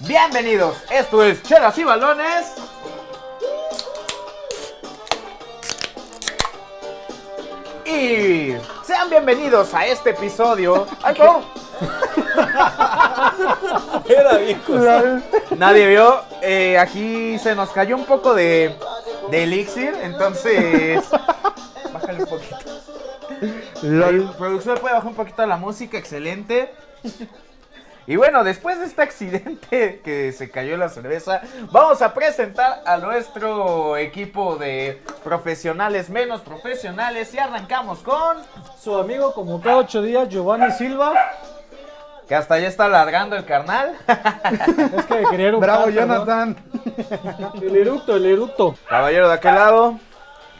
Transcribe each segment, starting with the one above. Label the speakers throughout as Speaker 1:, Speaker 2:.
Speaker 1: Bienvenidos, esto es Chelas y Balones. Y sean bienvenidos a este episodio. ¡Ay, perdón!
Speaker 2: Era bien cosa.
Speaker 1: Nadie vio. eh, aquí se nos cayó un poco de, de elixir, entonces. Bájale un poquito. El productor puede bajar un poquito la música, excelente. Y bueno, después de este accidente que se cayó la cerveza, vamos a presentar a nuestro equipo de profesionales menos profesionales y arrancamos con...
Speaker 2: Su amigo, como cada ocho días, Giovanni Silva.
Speaker 1: Que hasta ya está alargando el carnal.
Speaker 2: Es que quería eructar,
Speaker 3: Bravo,
Speaker 2: perdón.
Speaker 3: Jonathan.
Speaker 2: El eructo, el eructo.
Speaker 1: Caballero de aquel lado.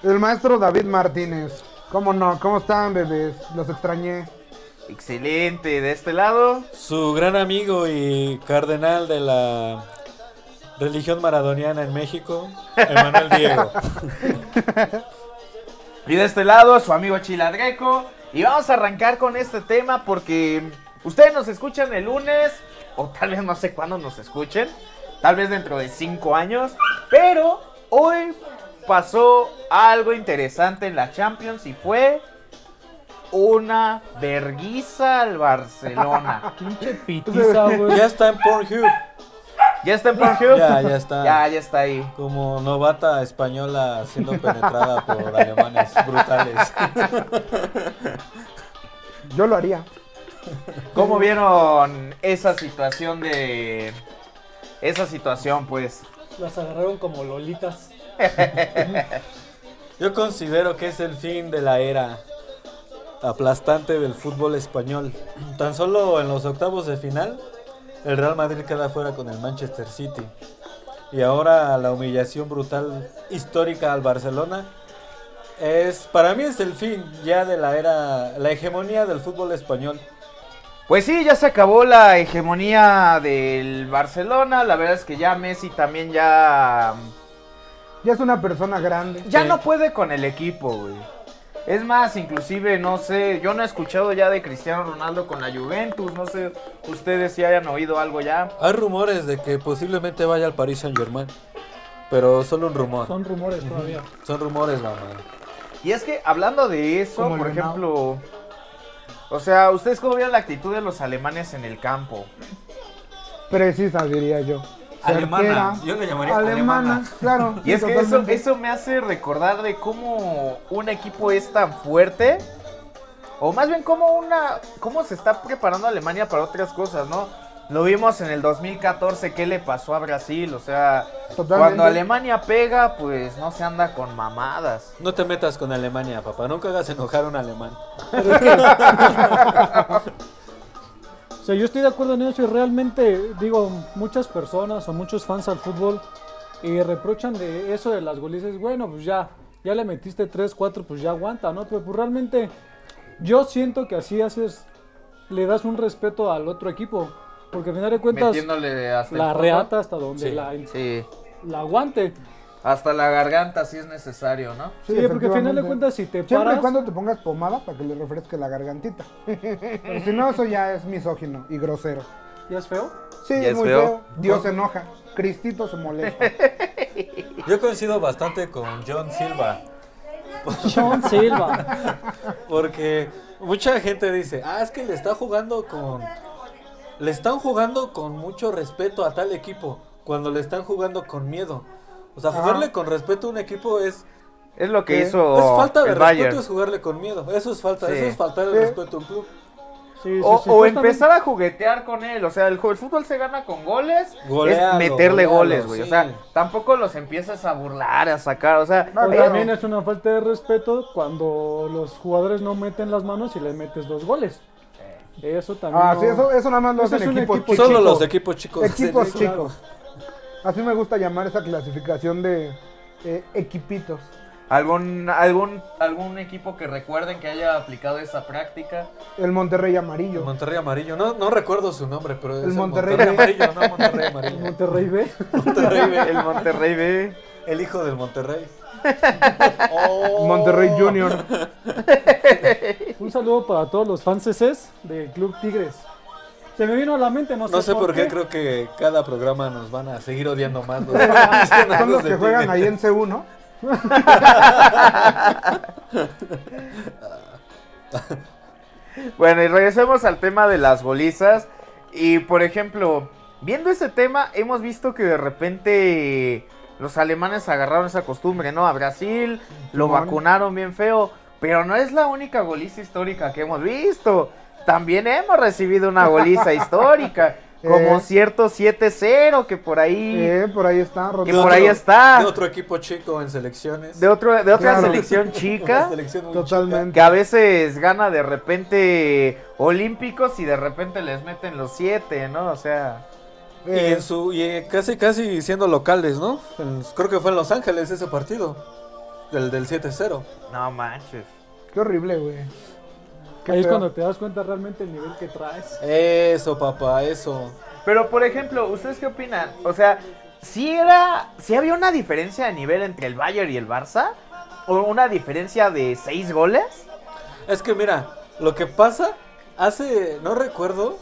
Speaker 3: El maestro David Martínez. ¿Cómo no? ¿Cómo están, bebés? Los extrañé.
Speaker 1: Excelente, de este lado.
Speaker 4: su gran amigo y cardenal de la religión maradoniana en México, Emanuel Diego.
Speaker 1: Y de este lado, su amigo Chiladreco. Y vamos a arrancar con este tema porque ustedes nos escuchan el lunes, o tal vez no sé cuándo nos escuchen, tal vez dentro de cinco años. Pero hoy pasó algo interesante en la Champions y fue una verguiza al Barcelona.
Speaker 2: Pinche pitiza, güey.
Speaker 4: Ya está en Pornhub.
Speaker 1: ¿Ya está en Pornhub?
Speaker 4: Ya, ya está.
Speaker 1: Ya, ya está ahí.
Speaker 4: Como novata española siendo penetrada por alemanes brutales.
Speaker 3: Yo lo haría.
Speaker 1: ¿Cómo vieron esa situación de... Esa situación, pues?
Speaker 2: Las agarraron como lolitas.
Speaker 4: Yo considero que es el fin de la era aplastante del fútbol español. Tan solo en los octavos de final, el Real Madrid queda fuera con el Manchester City. Y ahora la humillación brutal histórica al Barcelona es para mí es el fin ya de la era la hegemonía del fútbol español.
Speaker 1: Pues sí, ya se acabó la hegemonía del Barcelona. La verdad es que ya Messi también ya. mm,
Speaker 3: Ya es una persona grande.
Speaker 1: Ya
Speaker 4: Sí.
Speaker 1: no puede con el equipo, güey. Es más, inclusive, no sé, yo no he escuchado ya de Cristiano Ronaldo con la Juventus. No sé ustedes si hayan oído algo ya.
Speaker 4: Hay rumores de que posiblemente vaya al Paris Saint-Germain, pero solo un rumor.
Speaker 2: Son rumores todavía.
Speaker 4: Son rumores, mamá.
Speaker 1: Y es que hablando de eso,
Speaker 3: Como el
Speaker 1: por
Speaker 3: venado.
Speaker 1: ejemplo. O sea, ¿ustedes cómo vieron la actitud de los alemanes en el campo?
Speaker 3: Precisa, diría yo.
Speaker 5: Alemana.
Speaker 3: Certera.
Speaker 5: Yo le llamaría
Speaker 3: alemana.
Speaker 5: alemana.
Speaker 3: claro.
Speaker 1: Y es
Speaker 3: sí,
Speaker 1: que eso,
Speaker 3: totalmente.
Speaker 1: eso me hace recordar de cómo un equipo es tan fuerte. O más bien cómo una. cómo se está preparando Alemania para otras cosas, ¿no? Lo vimos en el 2014, qué le pasó a Brasil. O sea,
Speaker 3: Totalmente.
Speaker 1: cuando Alemania pega, pues no se anda con mamadas.
Speaker 4: No te metas con Alemania, papá. Nunca hagas enojar a un alemán.
Speaker 2: Pero es que- O sea, yo estoy de acuerdo en eso y realmente, digo, muchas personas o muchos fans al fútbol y reprochan de eso de las golices. Bueno, pues ya, ya le metiste 3, 4, pues ya aguanta, ¿no? Pero pues realmente yo siento que así haces, le das un respeto al otro equipo. Porque al final de cuentas,
Speaker 1: Metiéndole hasta el
Speaker 2: la
Speaker 1: fondo.
Speaker 2: reata hasta donde
Speaker 4: Sí,
Speaker 2: la,
Speaker 1: Sí.
Speaker 2: la aguante.
Speaker 1: Hasta la garganta si es necesario, ¿no?
Speaker 2: Sí, porque al final de
Speaker 3: efectivamente.
Speaker 2: cuentas, si te
Speaker 3: Siempre y
Speaker 2: paras,
Speaker 3: cuando te pongas pomada para que le refresque la gargantita. Pero si no, eso ya es misógino y grosero.
Speaker 2: ya es feo.
Speaker 3: Sí,
Speaker 1: Ya es
Speaker 3: muy
Speaker 1: feo.
Speaker 3: feo. Dios se enoja. Cristito se molesta.
Speaker 4: Yo coincido bastante con John Silva.
Speaker 2: John Silva.
Speaker 4: Porque mucha gente dice, ah, es que le está jugando con... Le están jugando con mucho respeto a tal equipo, cuando le están jugando con miedo. O sea, jugarle con respeto a un equipo es...
Speaker 1: Es lo que
Speaker 3: Sí.
Speaker 1: hizo.
Speaker 4: es falta de
Speaker 1: el
Speaker 4: respeto,
Speaker 1: Bayern.
Speaker 4: es jugarle con miedo. Eso es falta,
Speaker 1: Sí.
Speaker 4: eso es faltar el
Speaker 3: Sí.
Speaker 4: respeto a un club.
Speaker 2: Sí,
Speaker 1: O,
Speaker 2: sí, sí,
Speaker 1: o
Speaker 2: justamente.
Speaker 1: empezar a juguetear con él. O sea, el, ju- el fútbol se gana con goles.
Speaker 4: Golealo,
Speaker 1: es meterle
Speaker 4: golealo,
Speaker 1: goles, güey. O
Speaker 4: sí.
Speaker 1: sea, tampoco los empiezas a burlar, a sacar. O sea,
Speaker 3: No,
Speaker 2: O
Speaker 3: Claro.
Speaker 2: también es una falta de respeto cuando los jugadores no meten las manos y les metes dos goles. Eso también.
Speaker 3: Ah,
Speaker 2: no-
Speaker 3: sí, eso, eso nada más lo
Speaker 2: Ese
Speaker 3: hacen
Speaker 2: es un
Speaker 3: equipos
Speaker 2: equipo
Speaker 3: chicos.
Speaker 4: Solo
Speaker 2: chico.
Speaker 4: los equipos chicos.
Speaker 3: Equipos
Speaker 4: Sí, claro.
Speaker 3: chicos. Así me gusta llamar esa clasificación de eh, equipitos.
Speaker 1: ¿algún, algún, algún equipo que recuerden que haya aplicado esa práctica.
Speaker 3: El Monterrey
Speaker 4: El
Speaker 3: amarillo.
Speaker 4: Monterrey Amarillo, no, no recuerdo su nombre, pero es
Speaker 3: El
Speaker 4: el
Speaker 3: Monterrey
Speaker 4: Monterrey,
Speaker 3: B.
Speaker 4: Amarillo, no Monterrey
Speaker 2: El
Speaker 4: Amarillo.
Speaker 2: Monterrey B.
Speaker 4: Monterrey B.
Speaker 1: El Monterrey B.
Speaker 4: El hijo del Monterrey.
Speaker 3: Monterrey
Speaker 1: Oh.
Speaker 3: Junior.
Speaker 2: Un saludo para todos los fans CCs del Club Tigres. Se me vino a la mente, no sé,
Speaker 4: No sé por qué, creo que cada programa nos van a seguir odiando más. los
Speaker 1: Ah,
Speaker 4: aficionados
Speaker 3: Son los
Speaker 4: de
Speaker 3: que juegan
Speaker 4: Tigres.
Speaker 3: ahí en C1.
Speaker 1: Bueno, y regresemos al tema de las golizas. Y por ejemplo, viendo ese tema, hemos visto que de repente los alemanes agarraron esa costumbre, ¿no? A Brasil lo
Speaker 3: Simón.
Speaker 1: vacunaron bien feo. Pero no es la única goliza histórica que hemos visto. También hemos recibido una goliza histórica. Como
Speaker 3: Eh.
Speaker 1: cierto 7-0 que por ahí...
Speaker 3: Eh, por ahí está.
Speaker 1: Mm. que
Speaker 4: De
Speaker 1: por
Speaker 3: roto-
Speaker 4: otro-
Speaker 1: ahí está.
Speaker 4: De otro equipo chico en selecciones.
Speaker 1: De, otro, de otra
Speaker 3: Claro.
Speaker 1: selección
Speaker 4: Una
Speaker 1: chica.
Speaker 4: selección muy
Speaker 3: Totalmente.
Speaker 1: Que a veces gana de repente olímpicos y de repente les meten los siete, ¿no? O sea,
Speaker 4: chica. Y,
Speaker 3: Eh,
Speaker 4: en su, y eh, casi casi siendo locales, ¿no? En- creo que fue en Los Ángeles ese partido. Del, del 7-0.
Speaker 1: no manches.
Speaker 3: Qué horrible, güey.
Speaker 2: Ahí es
Speaker 3: feo.
Speaker 2: cuando te das cuenta realmente el nivel que traes.
Speaker 4: Eso, papá, eso.
Speaker 1: Pero por ejemplo, ¿ustedes qué opinan? O sea, si era, si había una diferencia de nivel entre el Bayern y el Barça, o una diferencia de seis goles.
Speaker 4: Es que mira, lo que pasa, hace, no recuerdo,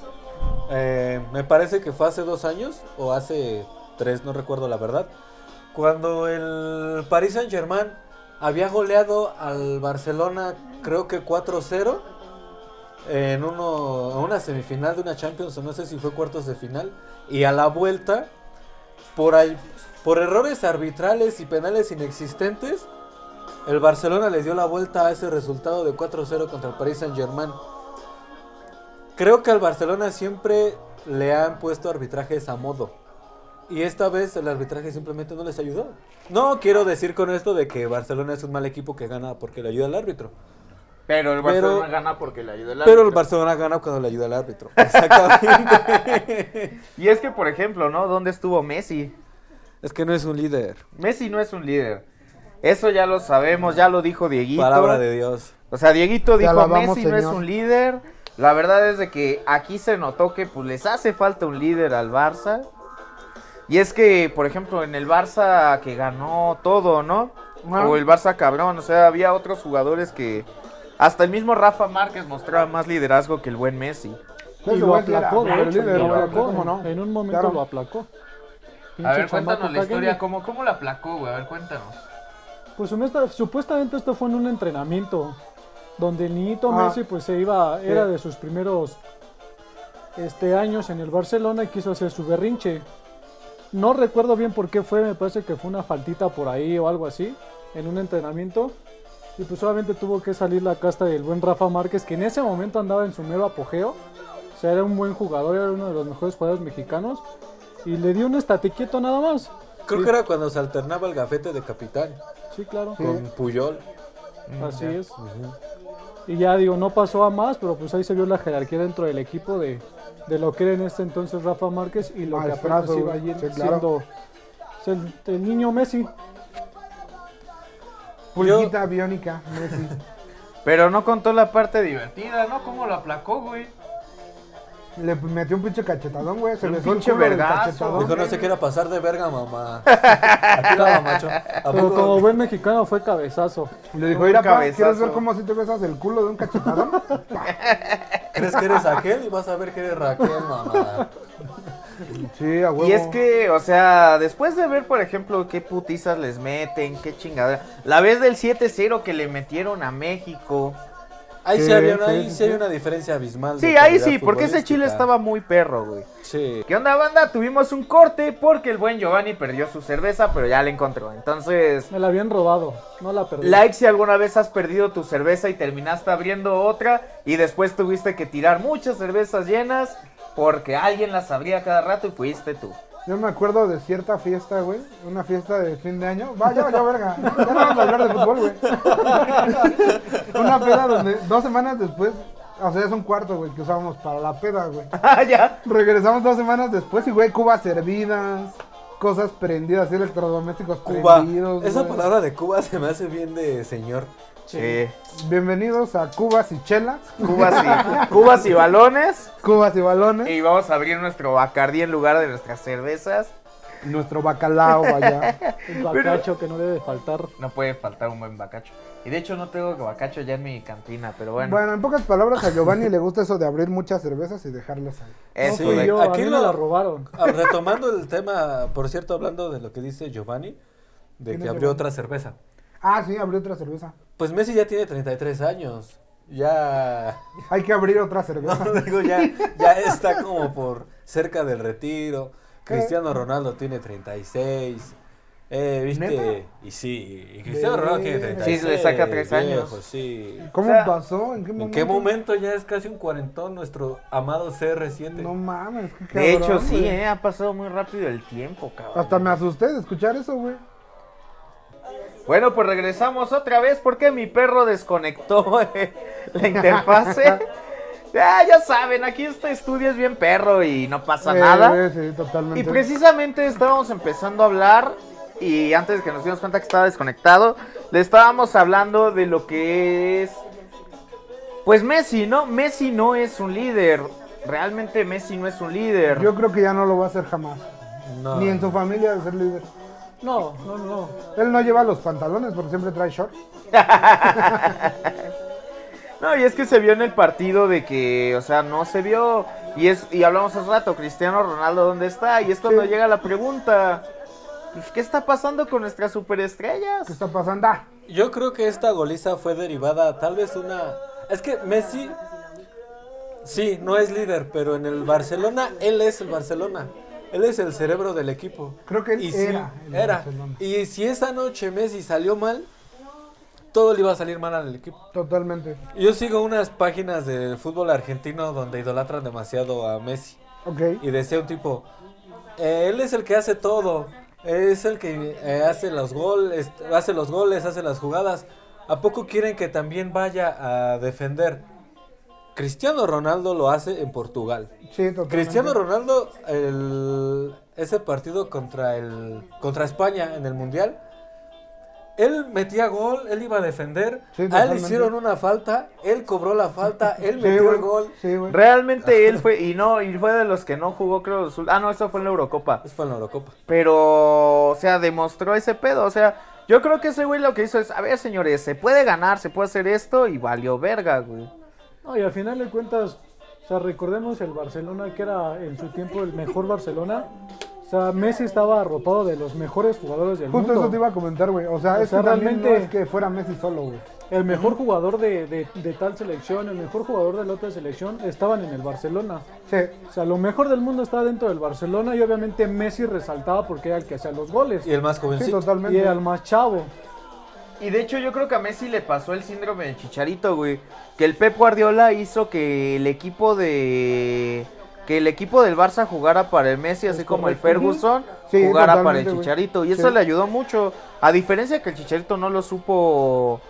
Speaker 4: eh, me parece que fue hace dos años o hace tres, no recuerdo la verdad, cuando el Paris Saint Germain había goleado al Barcelona creo que 4-0 en uno, en una semifinal de una Champions, o no sé si fue cuartos de final, y a la vuelta, por, ahí- por errores arbitrales y penales inexistentes, el Barcelona le dio la vuelta a ese resultado de 4-0 contra el Paris Saint-Germain. Creo que al Barcelona siempre le han puesto arbitrajes a modo. Y esta vez el arbitraje simplemente no les ayudó. No quiero decir con esto de que Barcelona es un mal equipo que gana porque le ayuda al árbitro.
Speaker 1: Pero el
Speaker 4: Barcelona Pero-
Speaker 1: gana porque le ayudó el
Speaker 4: Pero el Barcelona gana cuando le ayuda al árbitro. Exactamente.
Speaker 1: Y es que, por ejemplo, ¿no? ¿Dónde estuvo Messi?
Speaker 4: es que no es un líder.
Speaker 1: Messi no es un líder. Eso ya lo sabemos, ya lo dijo Dieguito.
Speaker 4: Palabra de Dios.
Speaker 1: O sea, Dieguito
Speaker 3: Te
Speaker 1: dijo,
Speaker 3: alabamos,
Speaker 1: Messi no
Speaker 3: señor".
Speaker 1: es un líder. La verdad es de que aquí se notó que pues les hace falta un líder al Barça. Y es que, por ejemplo, en el Barça que ganó todo, ¿no?
Speaker 3: Ajá.
Speaker 1: O el Barça cabrón, o sea, había otros jugadores que hasta el mismo Rafa Márquez mostraba más liderazgo que el buen Messi.
Speaker 2: Y
Speaker 3: Ese
Speaker 2: lo
Speaker 3: güey sí Pues era
Speaker 2: aplacó, de
Speaker 3: super
Speaker 2: hecho,
Speaker 3: líder,
Speaker 2: lo
Speaker 3: güey,
Speaker 2: aplacó,
Speaker 3: ¿cómo no?
Speaker 2: En un momento
Speaker 3: Claro.
Speaker 2: lo aplacó.
Speaker 1: A
Speaker 2: Pinche
Speaker 1: ver, cuéntanos
Speaker 2: chamaco
Speaker 1: la historia,
Speaker 2: tacaño.
Speaker 1: ¿cómo, cómo la aplacó, güey? A ver, cuéntanos.
Speaker 2: Pues supuesta- supuestamente esto fue en un entrenamiento donde el niñito
Speaker 3: Ah.
Speaker 2: Messi pues se iba, era
Speaker 3: Sí.
Speaker 2: de sus primeros este, años en el Barcelona y quiso hacer su berrinche. No recuerdo bien por qué fue, me parece que fue una faltita por ahí o algo así, en un entrenamiento. Y pues obviamente tuvo que salir la casta del buen Rafa Márquez, que en ese momento andaba en su mero apogeo. O sea, era un buen jugador, era uno de los mejores jugadores mexicanos. Y le dio un estatiquieto nada más.
Speaker 4: Creo que era cuando se alternaba el gafete de capitán
Speaker 2: Sí, claro.
Speaker 4: con Puyol.
Speaker 2: Así
Speaker 1: Ya.
Speaker 2: es. Y ya digo, no pasó a más, pero pues ahí se vio la jerarquía dentro del equipo de, de lo que era en este entonces Rafa Márquez y lo que
Speaker 3: Maestrazo,
Speaker 2: apenas iba
Speaker 3: güey.
Speaker 2: ayer
Speaker 3: Ah, Sí, claro.
Speaker 2: siendo el, el niño Messi.
Speaker 3: Pulguita biónica, Messi.
Speaker 1: Pero no contó la parte divertida, ¿no? ¿Cómo la aplacó, güey?
Speaker 3: Le metió un pinche cachetadón, güey. Se
Speaker 1: Un
Speaker 3: le fue el
Speaker 1: pinche
Speaker 3: culo del
Speaker 1: vergazo.
Speaker 4: Dijo,
Speaker 3: cachetadón.
Speaker 4: no se quiera pasar de verga, mamá. Aquí la mamacho. ¿A
Speaker 2: Pero
Speaker 4: poco?
Speaker 2: como buen mexicano fue cabezazo.
Speaker 3: Le dijo,
Speaker 1: Un
Speaker 3: mira, pa,
Speaker 1: cabezazo.
Speaker 3: ¿quieres ver cómo si te besas el culo de un cachetadón?
Speaker 4: ¿Crees que eres aquel? Y vas a ver que eres Raquel, mamá.
Speaker 3: sí, a huevo.
Speaker 1: Y es que, o sea, después de ver, por ejemplo, qué putizas les meten, qué chingadera. La vez del 7-0 que le metieron a México.
Speaker 4: Ahí sí,
Speaker 3: Sí,
Speaker 4: había una,
Speaker 3: sí,
Speaker 4: ahí
Speaker 3: sí,
Speaker 4: sí hay
Speaker 3: sí.
Speaker 4: una diferencia abismal. Pues de
Speaker 1: Sí, ahí
Speaker 4: calidad
Speaker 1: sí, porque ese
Speaker 4: futbolística.
Speaker 1: Chile estaba muy perro, güey.
Speaker 4: Sí.
Speaker 1: ¿Qué onda, banda? Tuvimos un corte porque el buen Giovanni perdió su cerveza, pero ya la encontró. Entonces,
Speaker 2: Me la habían robado, no la perdí.
Speaker 1: like si alguna vez has perdido tu cerveza y terminaste abriendo otra y después tuviste que tirar muchas cervezas llenas porque alguien las abría cada rato y fuiste tú.
Speaker 3: Yo me acuerdo de cierta fiesta, güey. Una fiesta de fin de año. Vaya, vaya, verga. Ya no vamos a hablar de fútbol, güey. Una peda donde dos semanas después, o sea, es un cuarto, güey, que usábamos para la peda, güey.
Speaker 1: Ah, ya.
Speaker 3: Regresamos dos semanas después y, güey, cubas servidas, cosas prendidas, electrodomésticos
Speaker 4: Cuba.
Speaker 3: prendidos.
Speaker 4: Esa
Speaker 3: güey.
Speaker 4: palabra de Cuba se me hace bien de señor.
Speaker 1: Sí.
Speaker 3: Bienvenidos a Cubas y Chelas,
Speaker 1: Cubas y, cubas y balones.
Speaker 3: Cubas y
Speaker 4: Eh.
Speaker 3: Balones,
Speaker 1: Y vamos a abrir nuestro Bacardí en lugar de nuestras cervezas.
Speaker 3: y nuestro bacalao, vaya.
Speaker 2: El bacacho que no debe de faltar.
Speaker 1: No puede faltar un buen bacacho. Y de hecho no tengo bacacho ya en mi cantina, pero bueno.
Speaker 3: Bueno, en pocas palabras, a Giovanni le gusta eso de abrir muchas cervezas y dejarlas ahí.
Speaker 2: No
Speaker 1: eso,
Speaker 2: fui
Speaker 1: de-
Speaker 2: yo,
Speaker 4: Aquí
Speaker 2: a mí
Speaker 4: lo-
Speaker 2: me la robaron.
Speaker 4: Ah, Retomando el tema, por cierto, hablando de lo que dice Giovanni, de
Speaker 3: ¿Quién
Speaker 4: que
Speaker 3: es
Speaker 4: abrió
Speaker 3: Giovanni?
Speaker 4: otra cerveza.
Speaker 3: Ah, sí, abrió otra cerveza.
Speaker 4: Pues Messi ya tiene 33 años. Ya.
Speaker 3: Hay que abrir otra
Speaker 4: No,
Speaker 3: cerveza.
Speaker 4: digo, ya, ya está como por cerca del retiro. Cristiano Ronaldo tiene 36. Eh, ¿viste?
Speaker 3: ¿Neta?
Speaker 4: Y sí, y Cristiano Ronaldo tiene
Speaker 3: Verga.
Speaker 4: 36.
Speaker 1: Sí, le saca tres años.
Speaker 4: viejo, sí.
Speaker 3: ¿Cómo
Speaker 1: O sea,
Speaker 3: pasó? ¿En qué momento?
Speaker 4: ¿En qué momento ya es casi un cuarentón nuestro amado CR7?
Speaker 3: No mames, qué
Speaker 1: De
Speaker 3: cabrón,
Speaker 1: hecho, sí,
Speaker 3: güey.
Speaker 1: eh, ha pasado muy rápido el tiempo, cabrón.
Speaker 3: Hasta me asusté de escuchar eso, güey.
Speaker 1: Bueno, pues regresamos otra vez porque mi perro desconectó eh, la interfase. Ah, ya saben, aquí este estudio es bien perro y no pasa
Speaker 3: Eh,
Speaker 1: nada.
Speaker 3: güey, sí, totalmente.
Speaker 1: Y precisamente estábamos empezando a hablar y antes que nos dimos cuenta que estaba desconectado, le estábamos hablando de lo que es... Pues Messi, ¿no? Messi no es un líder. Realmente Messi no es un líder.
Speaker 3: Yo creo que ya no lo va a hacer jamás.
Speaker 2: Ah.
Speaker 4: No.
Speaker 3: Ni en su familia de ser líder.
Speaker 2: No, no, no, no.
Speaker 3: Él no lleva los pantalones porque siempre trae shorts.
Speaker 1: No, y es que se vio en el partido de que, o sea, no se vio. Y es y hablamos hace rato, Cristiano Ronaldo, ¿dónde está? Y es cuando
Speaker 3: Sí.
Speaker 1: llega la pregunta, pues, ¿qué está pasando con nuestras superestrellas?
Speaker 3: ¿Qué está pasando? Ah,
Speaker 4: Yo creo que esta goliza fue derivada, tal vez una. Es que Messi. Sí, no es líder, pero en el Barcelona, él es el Barcelona. Él es el cerebro del equipo.
Speaker 3: Creo que él
Speaker 4: Y si-
Speaker 3: era. el
Speaker 4: era.
Speaker 3: Barcelona.
Speaker 4: Y si esa noche Messi salió mal, todo le iba a salir mal al equipo.
Speaker 3: Totalmente.
Speaker 4: Yo sigo unas páginas del fútbol argentino donde idolatran demasiado a Messi.
Speaker 3: Ok.
Speaker 4: Y decía un tipo, "Eh, él es el que hace todo, es el que eh, hace los goles, hace los goles, hace las jugadas. ¿A poco quieren que también vaya a defender? Cristiano Ronaldo lo hace en Portugal.
Speaker 3: Sí, totalmente.
Speaker 4: Cristiano Ronaldo, el- ese partido contra el contra España en el Mundial, él metía gol, él iba a defender,
Speaker 3: Sí,
Speaker 4: a él le
Speaker 3: totalmente.
Speaker 4: hicieron una falta, él cobró la falta, él
Speaker 3: Sí,
Speaker 4: metió
Speaker 3: güey.
Speaker 4: el gol.
Speaker 3: Sí, güey.
Speaker 1: Realmente él fue, y no, y fue de los que no jugó, creo, los ul- ah, no, eso fue en la Eurocopa.
Speaker 4: Eso fue en la Eurocopa.
Speaker 1: Pero, o sea, demostró ese pedo, o sea, yo creo que ese güey lo que hizo es, a ver, señores, se puede ganar, se puede hacer esto, y valió verga, güey.
Speaker 2: No, y al final de cuentas, o sea, recordemos el Barcelona que era en su tiempo el mejor Barcelona. O sea, Messi estaba arropado de los mejores jugadores del
Speaker 3: Justo
Speaker 2: mundo.
Speaker 3: eso te iba a comentar, güey. O sea,
Speaker 2: O
Speaker 3: es
Speaker 2: sea,
Speaker 3: que también
Speaker 2: realmente-
Speaker 3: no es que fuera Messi solo, güey.
Speaker 2: El mejor jugador de, de- de tal selección, el mejor jugador de la otra selección, estaban en el Barcelona.
Speaker 3: Sí.
Speaker 2: O sea, lo mejor del mundo estaba dentro del Barcelona y obviamente Messi resaltaba porque era el que hacía los goles.
Speaker 4: Y el más jovencito.
Speaker 3: Sí,
Speaker 2: Y
Speaker 3: totalmente.
Speaker 2: era el más chavo.
Speaker 1: Y de hecho yo creo que a Messi le pasó el síndrome de Chicharito, güey. Que el Pep Guardiola hizo que el equipo de... Que el equipo del Barça jugara para el Messi, así como el
Speaker 2: correcto.
Speaker 1: Ferguson
Speaker 3: Sí,
Speaker 1: jugara para el
Speaker 3: totalmente, güey.
Speaker 1: Chicharito. Y eso
Speaker 3: Sí.
Speaker 1: le ayudó mucho. A diferencia que el Chicharito no lo supo...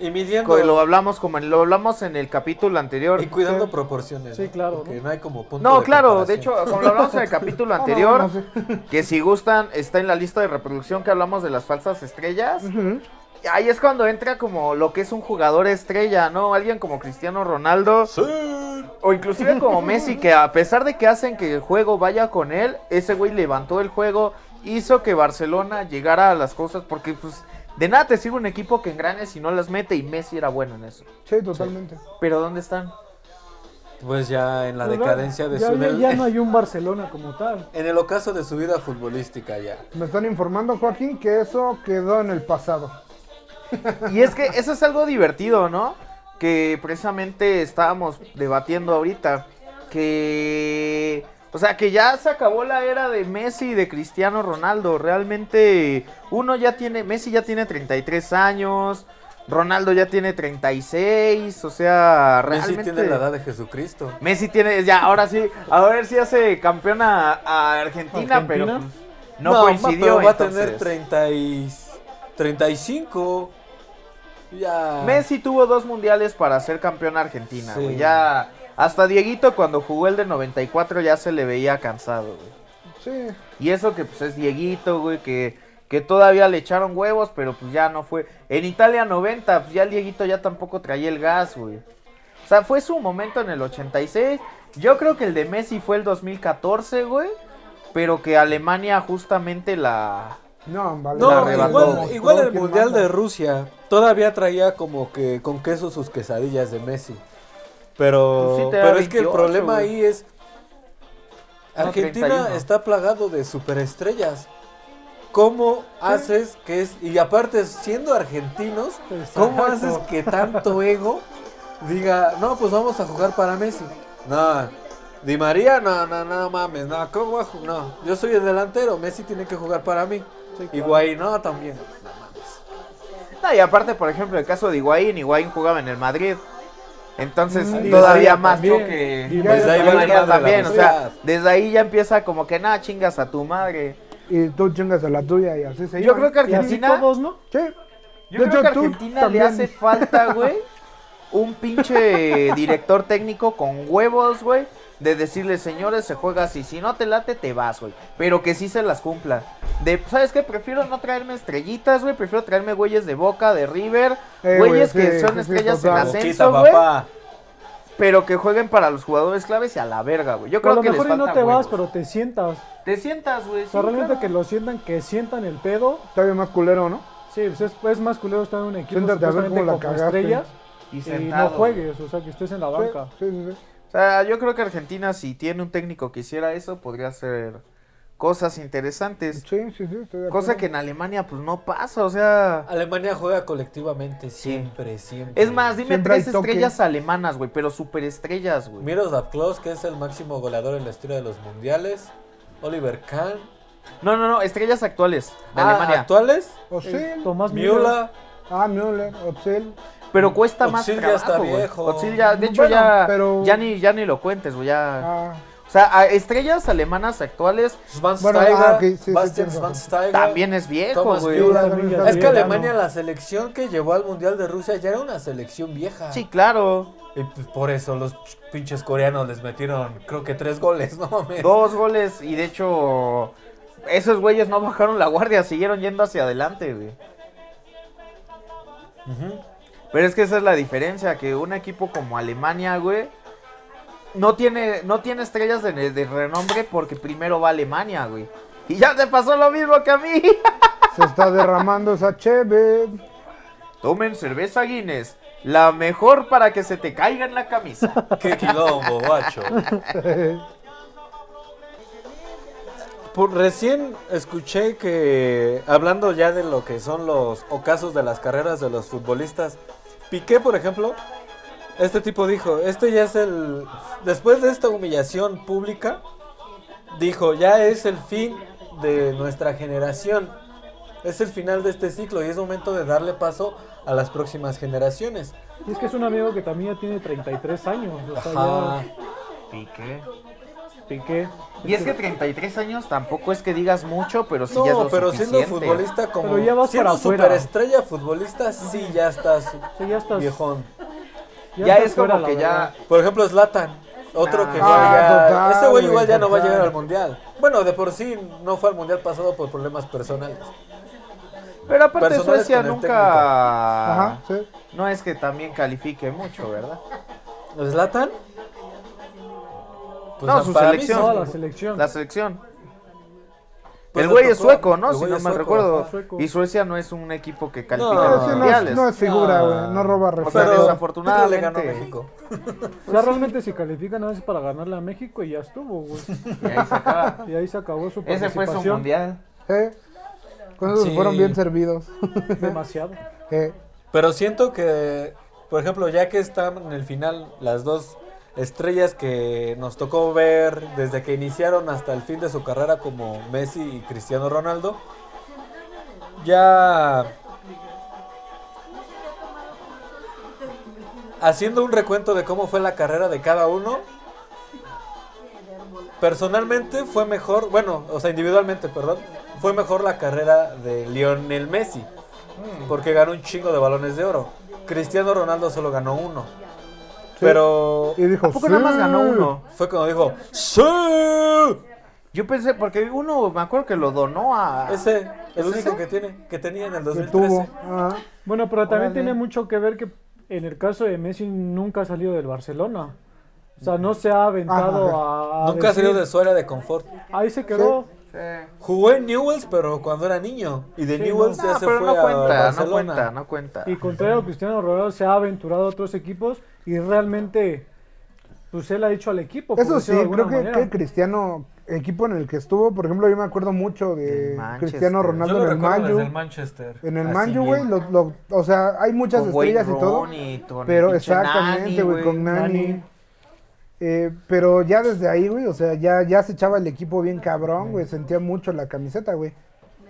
Speaker 4: Y midiendo
Speaker 1: co- Lo hablamos como en- lo hablamos en el capítulo anterior.
Speaker 4: y cuidando
Speaker 3: Sí.
Speaker 4: proporciones.
Speaker 2: Sí,
Speaker 4: ¿no?
Speaker 2: claro,
Speaker 4: Porque
Speaker 2: ¿no?
Speaker 4: no, hay como punto
Speaker 1: No,
Speaker 4: de
Speaker 1: claro, de hecho,
Speaker 4: comparación.
Speaker 1: como lo hablamos en el capítulo
Speaker 3: no,
Speaker 1: anterior,
Speaker 3: no sé.
Speaker 1: que si gustan, está en la lista de reproducción que hablamos de las falsas estrellas.
Speaker 3: Ujú.
Speaker 1: Ahí es cuando entra como lo que es un jugador estrella, ¿no? Alguien como Cristiano Ronaldo
Speaker 4: Sí.
Speaker 1: o inclusive como Messi que a pesar de que hacen que el juego vaya con él, ese güey levantó el juego, hizo que Barcelona llegara a las cosas porque pues de nada te sirve un equipo que engrane si no las mete y Messi era bueno en eso.
Speaker 3: Sí, totalmente.
Speaker 1: Pero ¿dónde están?
Speaker 4: Pues ya en la decadencia de
Speaker 2: ya,
Speaker 4: su
Speaker 2: ya-
Speaker 4: en el-
Speaker 2: ya no hay un Barcelona como tal.
Speaker 4: En el ocaso de su vida futbolística ya.
Speaker 3: Me están informando, Joaquín, que eso quedó en el pasado.
Speaker 1: Y es que eso es algo divertido, ¿no? Que precisamente estábamos debatiendo ahorita. Que. O sea, que ya se acabó la era de Messi y de Cristiano Ronaldo. Realmente, uno ya tiene. Messi ya tiene 33 años. Ronaldo ya tiene 36. O sea, realmente.
Speaker 4: Messi tiene la edad de Jesucristo.
Speaker 1: Messi tiene. Ya, ahora sí. A ver si hace campeón a, a Argentina,
Speaker 2: ¿Argentina?
Speaker 1: pero. pues, no,
Speaker 4: ma-
Speaker 1: coincidió.
Speaker 4: Pero va a tener
Speaker 1: entonces.
Speaker 4: 30 y... 35. Ya.
Speaker 1: Messi tuvo dos mundiales para ser campeón argentina,
Speaker 4: Ah. Sí.
Speaker 1: güey. Ya hasta Dieguito cuando jugó el de 94 ya se le veía cansado, güey.
Speaker 3: Sí.
Speaker 1: Y eso que pues es Dieguito, güey, que, que todavía le echaron huevos, pero pues ya no fue. En Italia 90, pues ya el Dieguito ya tampoco traía el gas, güey. O sea, fue su momento en el 86. Yo creo que el de Messi fue el 2014, güey. Pero que Alemania justamente la...
Speaker 3: No, vale.
Speaker 1: La
Speaker 4: No,
Speaker 1: arrebató.
Speaker 4: igual, igual el
Speaker 3: ¿Quién
Speaker 4: Mundial
Speaker 3: manda?
Speaker 4: de Rusia todavía traía como que con queso sus quesadillas de Messi. Pero,
Speaker 1: Pues sí, te da
Speaker 4: pero es que el
Speaker 1: 28,
Speaker 4: problema
Speaker 1: güey.
Speaker 4: ahí es...
Speaker 1: No,
Speaker 4: Argentina
Speaker 1: 31.
Speaker 4: está plagado de superestrellas. ¿Cómo haces que es... Y aparte, siendo argentinos,
Speaker 2: Exacto.
Speaker 4: ¿cómo haces que tanto ego diga, no, pues vamos a jugar para Messi? No, Di María, no, no, no mames, no, ¿cómo va a ju- No, yo soy el delantero, Messi tiene que jugar para mí. Y Guay, no, también.
Speaker 1: No, y aparte, por ejemplo, el caso de Higuaín, Higuaín jugaba en el Madrid. Entonces,
Speaker 2: Mm,
Speaker 1: todavía
Speaker 2: María
Speaker 1: más
Speaker 2: también.
Speaker 1: choque.
Speaker 2: Y
Speaker 1: Di
Speaker 2: María
Speaker 1: María
Speaker 4: también.
Speaker 1: también, o sea,
Speaker 4: Sí.
Speaker 1: desde ahí ya empieza como que nada, chingas a tu madre.
Speaker 3: Y tú chingas a la tuya y así se
Speaker 1: Yo
Speaker 3: iban.
Speaker 1: creo que
Speaker 2: Y así
Speaker 1: Argentina,
Speaker 2: todos, ¿no?
Speaker 3: Sí.
Speaker 1: yo creo
Speaker 3: De hecho,
Speaker 1: que
Speaker 3: tú
Speaker 1: Argentina le
Speaker 3: también.
Speaker 1: hace falta, güey, un pinche director técnico con huevos, güey, de decirle, señores, se juega así, si no te late, te vas, güey, pero que sí se las cumpla. De, ¿sabes qué? Prefiero no traerme estrellitas, güey, prefiero traerme güeyes de Boca, de River,
Speaker 3: Eh,
Speaker 1: güeyes
Speaker 3: güey,
Speaker 1: que
Speaker 3: sí,
Speaker 1: son
Speaker 3: sí, sí,
Speaker 1: estrellas en
Speaker 3: total.
Speaker 1: ascenso, güey. pero que jueguen para los jugadores claves y a la verga, güey. Yo
Speaker 2: A
Speaker 1: creo
Speaker 2: lo
Speaker 1: que les
Speaker 2: mejor y no
Speaker 1: falta
Speaker 2: te vas,
Speaker 1: huevos.
Speaker 2: pero te sientas.
Speaker 1: te sientas, güey.
Speaker 2: O sea, realmente que lo sientan, que sientan el pedo.
Speaker 3: Todavía más culero, ¿no?
Speaker 2: Sí, pues es, es más culero estar en un equipo
Speaker 3: Siéntate a ver
Speaker 2: supuestamente
Speaker 3: cómo la
Speaker 2: como
Speaker 3: cagaste.
Speaker 2: estrellas
Speaker 1: y
Speaker 2: y
Speaker 1: sentado,
Speaker 2: no juegues, o sea, que estés en la banca.
Speaker 3: Sí, sí, sí.
Speaker 1: O sea, yo creo que Argentina si tiene un técnico que hiciera eso podría hacer cosas interesantes,
Speaker 3: Sí, sí, sí, estoy
Speaker 1: cosa
Speaker 3: de acuerdo.
Speaker 1: que en Alemania pues no pasa, o sea,
Speaker 4: Alemania juega colectivamente siempre, siempre.
Speaker 1: es más, dime
Speaker 3: Siempre hay
Speaker 1: tres
Speaker 3: toque.
Speaker 1: estrellas alemanas, güey, pero superestrellas, güey.
Speaker 4: Miroslav Klose, que es el máximo goleador en la historia de los mundiales. Oliver Kahn.
Speaker 1: No, no, no, estrellas actuales de
Speaker 4: Ah,
Speaker 1: Alemania,
Speaker 4: ¿Actuales?
Speaker 3: Ozil.
Speaker 2: Tomás Müller.
Speaker 4: Miula.
Speaker 3: Ah, Müller, Ozil.
Speaker 1: pero cuesta más
Speaker 4: Özil ya
Speaker 1: trabajo,
Speaker 4: está
Speaker 1: güey.
Speaker 4: viejo.
Speaker 1: Özil ya, de hecho
Speaker 3: Bueno,
Speaker 1: ya,
Speaker 3: pero-
Speaker 1: ya ni ya ni lo cuentes, güey, ya.
Speaker 3: Ah,
Speaker 1: O sea, a- estrellas alemanas actuales
Speaker 4: Schweinsteiger.
Speaker 3: Bueno, ah, ok, sí, sí,
Speaker 4: Bastian
Speaker 3: tienes razón.
Speaker 4: Schweinsteiger.
Speaker 1: También es viejo,
Speaker 4: Thomas
Speaker 1: güey.
Speaker 4: Müller.
Speaker 3: también
Speaker 2: Es
Speaker 3: está
Speaker 4: Es que
Speaker 3: bien,
Speaker 2: También,
Speaker 4: Alemania,
Speaker 3: ¿no?
Speaker 4: la selección que llevó al Mundial de Rusia ya era una selección vieja.
Speaker 1: Sí, claro.
Speaker 4: Y pues por eso los ch- pinches coreanos les metieron, creo que tres goles, no mames.
Speaker 1: Dos goles y de hecho esos güeyes no bajaron la guardia, siguieron yendo hacia adelante, güey.
Speaker 4: Ujú.
Speaker 1: Pero es que esa es la diferencia, que un equipo como Alemania, güey, no tiene, no tiene estrellas de, de renombre porque primero va Alemania, güey. Y ya te pasó lo mismo que a mí.
Speaker 3: Se está derramando esa cheve.
Speaker 1: Tomen cerveza Guinness, la mejor para que se te caiga en la camisa.
Speaker 4: Qué quilombo, guacho. Por, recién escuché que, hablando ya de lo que son los ocasos de las carreras de los futbolistas, Piqué, por ejemplo, este tipo dijo, este ya es el, después de esta humillación pública, dijo, ya es el fin de nuestra generación, es el final de este ciclo y es momento de darle paso a las próximas generaciones.
Speaker 2: Y es que es un amigo que también ya tiene 33 años. O sea,
Speaker 4: Ajá.
Speaker 1: Piqué.
Speaker 2: ya Piqué.
Speaker 1: Y es que 33 años tampoco es que digas mucho, pero sí ya es
Speaker 4: No,
Speaker 1: lo
Speaker 4: pero
Speaker 1: suficiente.
Speaker 4: siendo futbolista como
Speaker 2: Pero ya vas
Speaker 4: siendo
Speaker 2: para afuera.
Speaker 4: superestrella futbolista sí ya estás
Speaker 2: Sí, ya estás.
Speaker 4: viejón.
Speaker 1: Ya,
Speaker 2: estás
Speaker 1: es como
Speaker 2: fuera, la
Speaker 1: que ya...
Speaker 2: verdad.
Speaker 4: Por ejemplo, Zlatan, otro que
Speaker 1: Ah,
Speaker 4: va ya-
Speaker 3: total,
Speaker 4: ese güey
Speaker 3: güey,
Speaker 4: igual ya no va a
Speaker 3: total.
Speaker 4: llegar al mundial. Bueno, de por sí no fue al mundial pasado por problemas personales.
Speaker 1: Pero aparte
Speaker 4: Personales
Speaker 1: Suecia
Speaker 4: con el
Speaker 1: nunca...
Speaker 3: Ajá, sí.
Speaker 1: No es que también califique mucho, ¿verdad?
Speaker 4: ¿Zlatan? Pues
Speaker 1: No, su
Speaker 4: para mí
Speaker 1: selección.
Speaker 2: No,
Speaker 4: sí.
Speaker 2: la selección.
Speaker 1: La selección.
Speaker 4: Pues
Speaker 1: el güey
Speaker 4: le
Speaker 1: es
Speaker 4: tocó-
Speaker 1: sueco, ¿no?
Speaker 4: el
Speaker 1: Si
Speaker 4: güey
Speaker 1: no
Speaker 4: es
Speaker 1: mal
Speaker 4: sueco,
Speaker 1: recuerdo.
Speaker 2: ajá, sueco.
Speaker 1: Y Suecia no es un equipo que califica
Speaker 4: No,
Speaker 1: a
Speaker 3: No,
Speaker 1: los
Speaker 3: sí, no, es,
Speaker 1: mundiales.
Speaker 3: no es figura,
Speaker 4: Ah.
Speaker 3: güey. No roba
Speaker 1: sea,
Speaker 3: reflejos.
Speaker 1: Pero-
Speaker 4: desafortunadamente le ganó
Speaker 1: desafortunadamente-
Speaker 4: México.
Speaker 2: O
Speaker 1: pues
Speaker 2: sea, realmente si califican a veces para ganarle a México y ya estuvo, güey.
Speaker 1: Y ahí se acaba.
Speaker 2: Y ahí se acabó su
Speaker 1: Ese fue su
Speaker 2: participación.
Speaker 1: mundial.
Speaker 3: Sí. ¿Eh? Con eso se
Speaker 4: Sí.
Speaker 3: fueron bien servidos.
Speaker 2: Demasiado.
Speaker 3: Eh,
Speaker 4: Pero siento que, por ejemplo, ya que están en el final las dos estrellas que nos tocó ver desde que iniciaron hasta el fin de su carrera como Messi y Cristiano Ronaldo, ya haciendo un recuento de cómo fue la carrera de cada uno, personalmente fue mejor, bueno, o sea, individualmente, perdón, fue mejor la carrera de Lionel Messi
Speaker 3: Mm.
Speaker 4: porque ganó un chingo de balones de oro. Cristiano Ronaldo solo ganó uno. Pero
Speaker 3: y dijo,
Speaker 1: ¿A poco nada más
Speaker 3: "Sí".
Speaker 1: ganó uno?
Speaker 4: fue cuando dijo, ¡Sí!
Speaker 1: Yo pensé, porque uno, me acuerdo que lo donó a...
Speaker 4: Ese, el único
Speaker 1: ese?
Speaker 4: que tiene, que tenía en el
Speaker 3: Que
Speaker 4: 2013.
Speaker 3: tuvo. Ah,
Speaker 2: Bueno, pero también
Speaker 1: Órale.
Speaker 2: tiene mucho que ver que en el caso de Messi nunca ha salido del Barcelona. O sea, no se ha aventado
Speaker 3: Ajá,
Speaker 2: a. a
Speaker 4: Nunca ha
Speaker 2: decir,
Speaker 3: Ah,
Speaker 4: salido de su área de confort.
Speaker 2: Ahí se quedó.
Speaker 1: Sí. Eh,
Speaker 4: Jugó en Newells, pero cuando era niño. Y de
Speaker 2: Sí,
Speaker 4: Newells
Speaker 2: no.
Speaker 4: ya
Speaker 1: no,
Speaker 4: se
Speaker 1: pero
Speaker 4: fue
Speaker 1: no
Speaker 4: a
Speaker 1: cuenta, no
Speaker 4: Barcelona.
Speaker 1: cuenta, no cuenta.
Speaker 2: Y contrario a Cristiano Ronaldo, se ha aventurado a otros equipos y realmente, pues él ha dicho al equipo. por
Speaker 3: Eso sí,
Speaker 2: decirlo de
Speaker 3: creo
Speaker 2: alguna
Speaker 3: que,
Speaker 2: manera.
Speaker 3: que Cristiano, equipo en el que estuvo, por ejemplo, yo me acuerdo mucho
Speaker 1: Del
Speaker 3: de
Speaker 1: Manchester. Ah,
Speaker 3: Cristiano
Speaker 4: Yo
Speaker 3: Ronaldo
Speaker 4: lo
Speaker 3: en el
Speaker 4: recuerdo
Speaker 3: Manju.
Speaker 4: desde el Manchester.
Speaker 3: En el
Speaker 4: Así
Speaker 3: Manju, güey,
Speaker 4: bien.
Speaker 3: lo- lo- o sea, hay muchas
Speaker 1: Con Wayne
Speaker 3: estrellas y todo.
Speaker 1: Rooney, con
Speaker 3: Pero
Speaker 1: pinche Nani,
Speaker 3: exactamente, güey, con Nani.
Speaker 2: Nani.
Speaker 3: Eh, pero ya desde ahí, güey, o sea, ya, ya se echaba el equipo bien cabrón, güey, sentía mucho la camiseta, güey.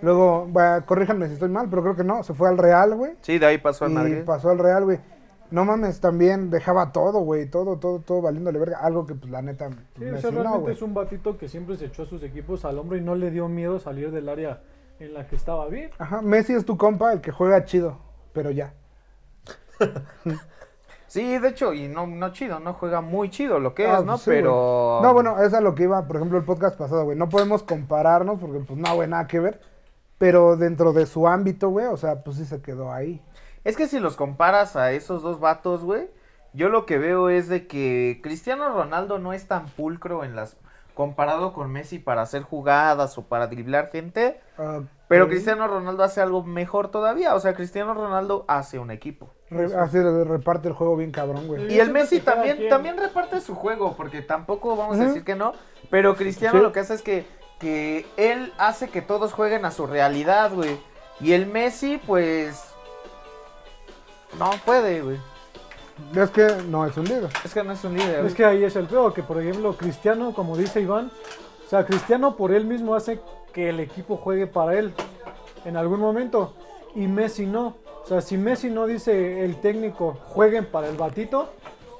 Speaker 3: Luego, va, corríjanme si estoy mal, pero creo que no, se fue al Real, güey.
Speaker 1: Sí, de ahí pasó al
Speaker 3: Y
Speaker 1: Madrid.
Speaker 3: pasó al Real, güey. No mames, también dejaba todo, güey, todo, todo, todo valiéndole verga. Algo que, pues, la neta, pues,
Speaker 2: Sí,
Speaker 3: me
Speaker 2: o sea,
Speaker 3: fascinó,
Speaker 2: realmente
Speaker 3: güey.
Speaker 2: es un batito que siempre se echó a sus equipos al hombro y no le dio miedo salir del área en la que estaba bien.
Speaker 3: Ajá, Messi es tu compa, el que juega chido, pero ya.
Speaker 1: Sí, de hecho, y no, no chido, no juega muy chido lo que
Speaker 3: Ah,
Speaker 1: es, ¿no?
Speaker 3: pues sí, güey.
Speaker 1: pero.
Speaker 3: No, bueno, es a lo que iba, por ejemplo, el podcast pasado, güey. No podemos compararnos porque, pues, no, güey, nada que ver. Pero dentro de su ámbito, güey, o sea, pues sí se quedó ahí.
Speaker 1: Es que si los comparas a esos dos vatos, güey, yo lo que veo es de que Cristiano Ronaldo no es tan pulcro en las comparado con Messi para hacer jugadas o para driblar gente,
Speaker 3: Ah,
Speaker 1: pero
Speaker 3: sí.
Speaker 1: Cristiano Ronaldo hace algo mejor todavía, o sea, Cristiano Ronaldo hace un equipo.
Speaker 3: Re- así le reparte el juego bien cabrón, güey.
Speaker 2: Sí.
Speaker 1: Y el
Speaker 2: siento
Speaker 1: Messi
Speaker 2: que cada
Speaker 1: también
Speaker 2: quien-
Speaker 1: también reparte su juego, porque tampoco vamos a
Speaker 3: Ujú.
Speaker 1: decir que no, pero Cristiano
Speaker 2: Sí.
Speaker 1: lo que hace es que que él hace que todos jueguen a su realidad, güey. Y el Messi pues no puede, güey.
Speaker 3: Es que no es un líder.
Speaker 1: Es que no es un líder.
Speaker 2: Es que ahí es el peor, que por ejemplo Cristiano, como dice Iván, o sea, Cristiano por él mismo hace que el equipo juegue para él en algún momento y Messi no. O sea, si Messi no dice el técnico jueguen para el batito,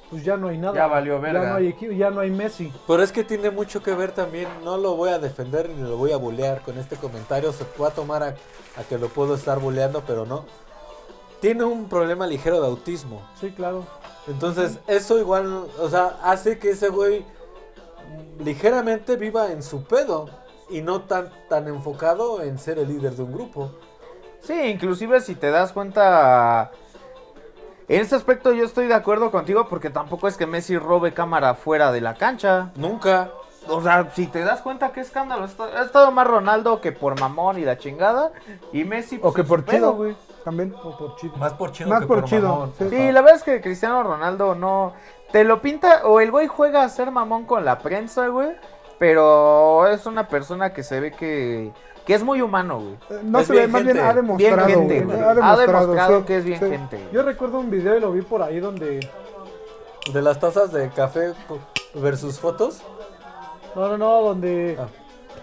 Speaker 2: pues ya no hay nada.
Speaker 1: Ya valió verga.
Speaker 2: Ya no hay equipo, ya no hay Messi.
Speaker 4: Pero es que tiene mucho que ver también, no lo voy a defender ni lo voy a bulear con este comentario, se va a tomar a, a que lo puedo estar buleando, pero no. Tiene un problema ligero de autismo.
Speaker 2: Sí, claro.
Speaker 4: Entonces, eso igual, o sea, hace que ese güey ligeramente viva en su pedo y no tan, tan enfocado en ser el líder de un grupo.
Speaker 1: Sí, inclusive si te das cuenta... En este aspecto yo estoy de acuerdo contigo porque tampoco es que Messi robe cámara fuera de la cancha.
Speaker 4: Nunca.
Speaker 1: O sea, si te das cuenta qué escándalo. esto- Ha estado más Ronaldo que por mamón y la chingada. Y Messi...
Speaker 3: O
Speaker 1: pues,
Speaker 3: que
Speaker 1: en
Speaker 3: por
Speaker 1: su pedo,
Speaker 3: chido, güey. También.
Speaker 2: O por chido.
Speaker 4: Más por chido
Speaker 3: Más
Speaker 4: que
Speaker 3: por
Speaker 4: por,
Speaker 3: chido,
Speaker 4: mamón.
Speaker 3: sí.
Speaker 1: Sí, la verdad es que Cristiano Ronaldo no... Te lo pinta o el güey juega a ser mamón con la prensa, güey. Pero es una persona que se ve que... Que es muy humano, güey.
Speaker 3: Eh, No
Speaker 4: Es
Speaker 3: se ve,
Speaker 4: bien
Speaker 3: más bien
Speaker 4: gente.
Speaker 3: ha
Speaker 1: Bien
Speaker 3: demostrado.
Speaker 1: gente,
Speaker 3: güey.
Speaker 1: güey. Ha demostrado
Speaker 3: sí,
Speaker 1: que es bien
Speaker 3: sí.
Speaker 1: gente.
Speaker 2: Yo recuerdo un video y lo vi por ahí donde
Speaker 4: De las tazas de café co- versus fotos.
Speaker 2: No, no, no, donde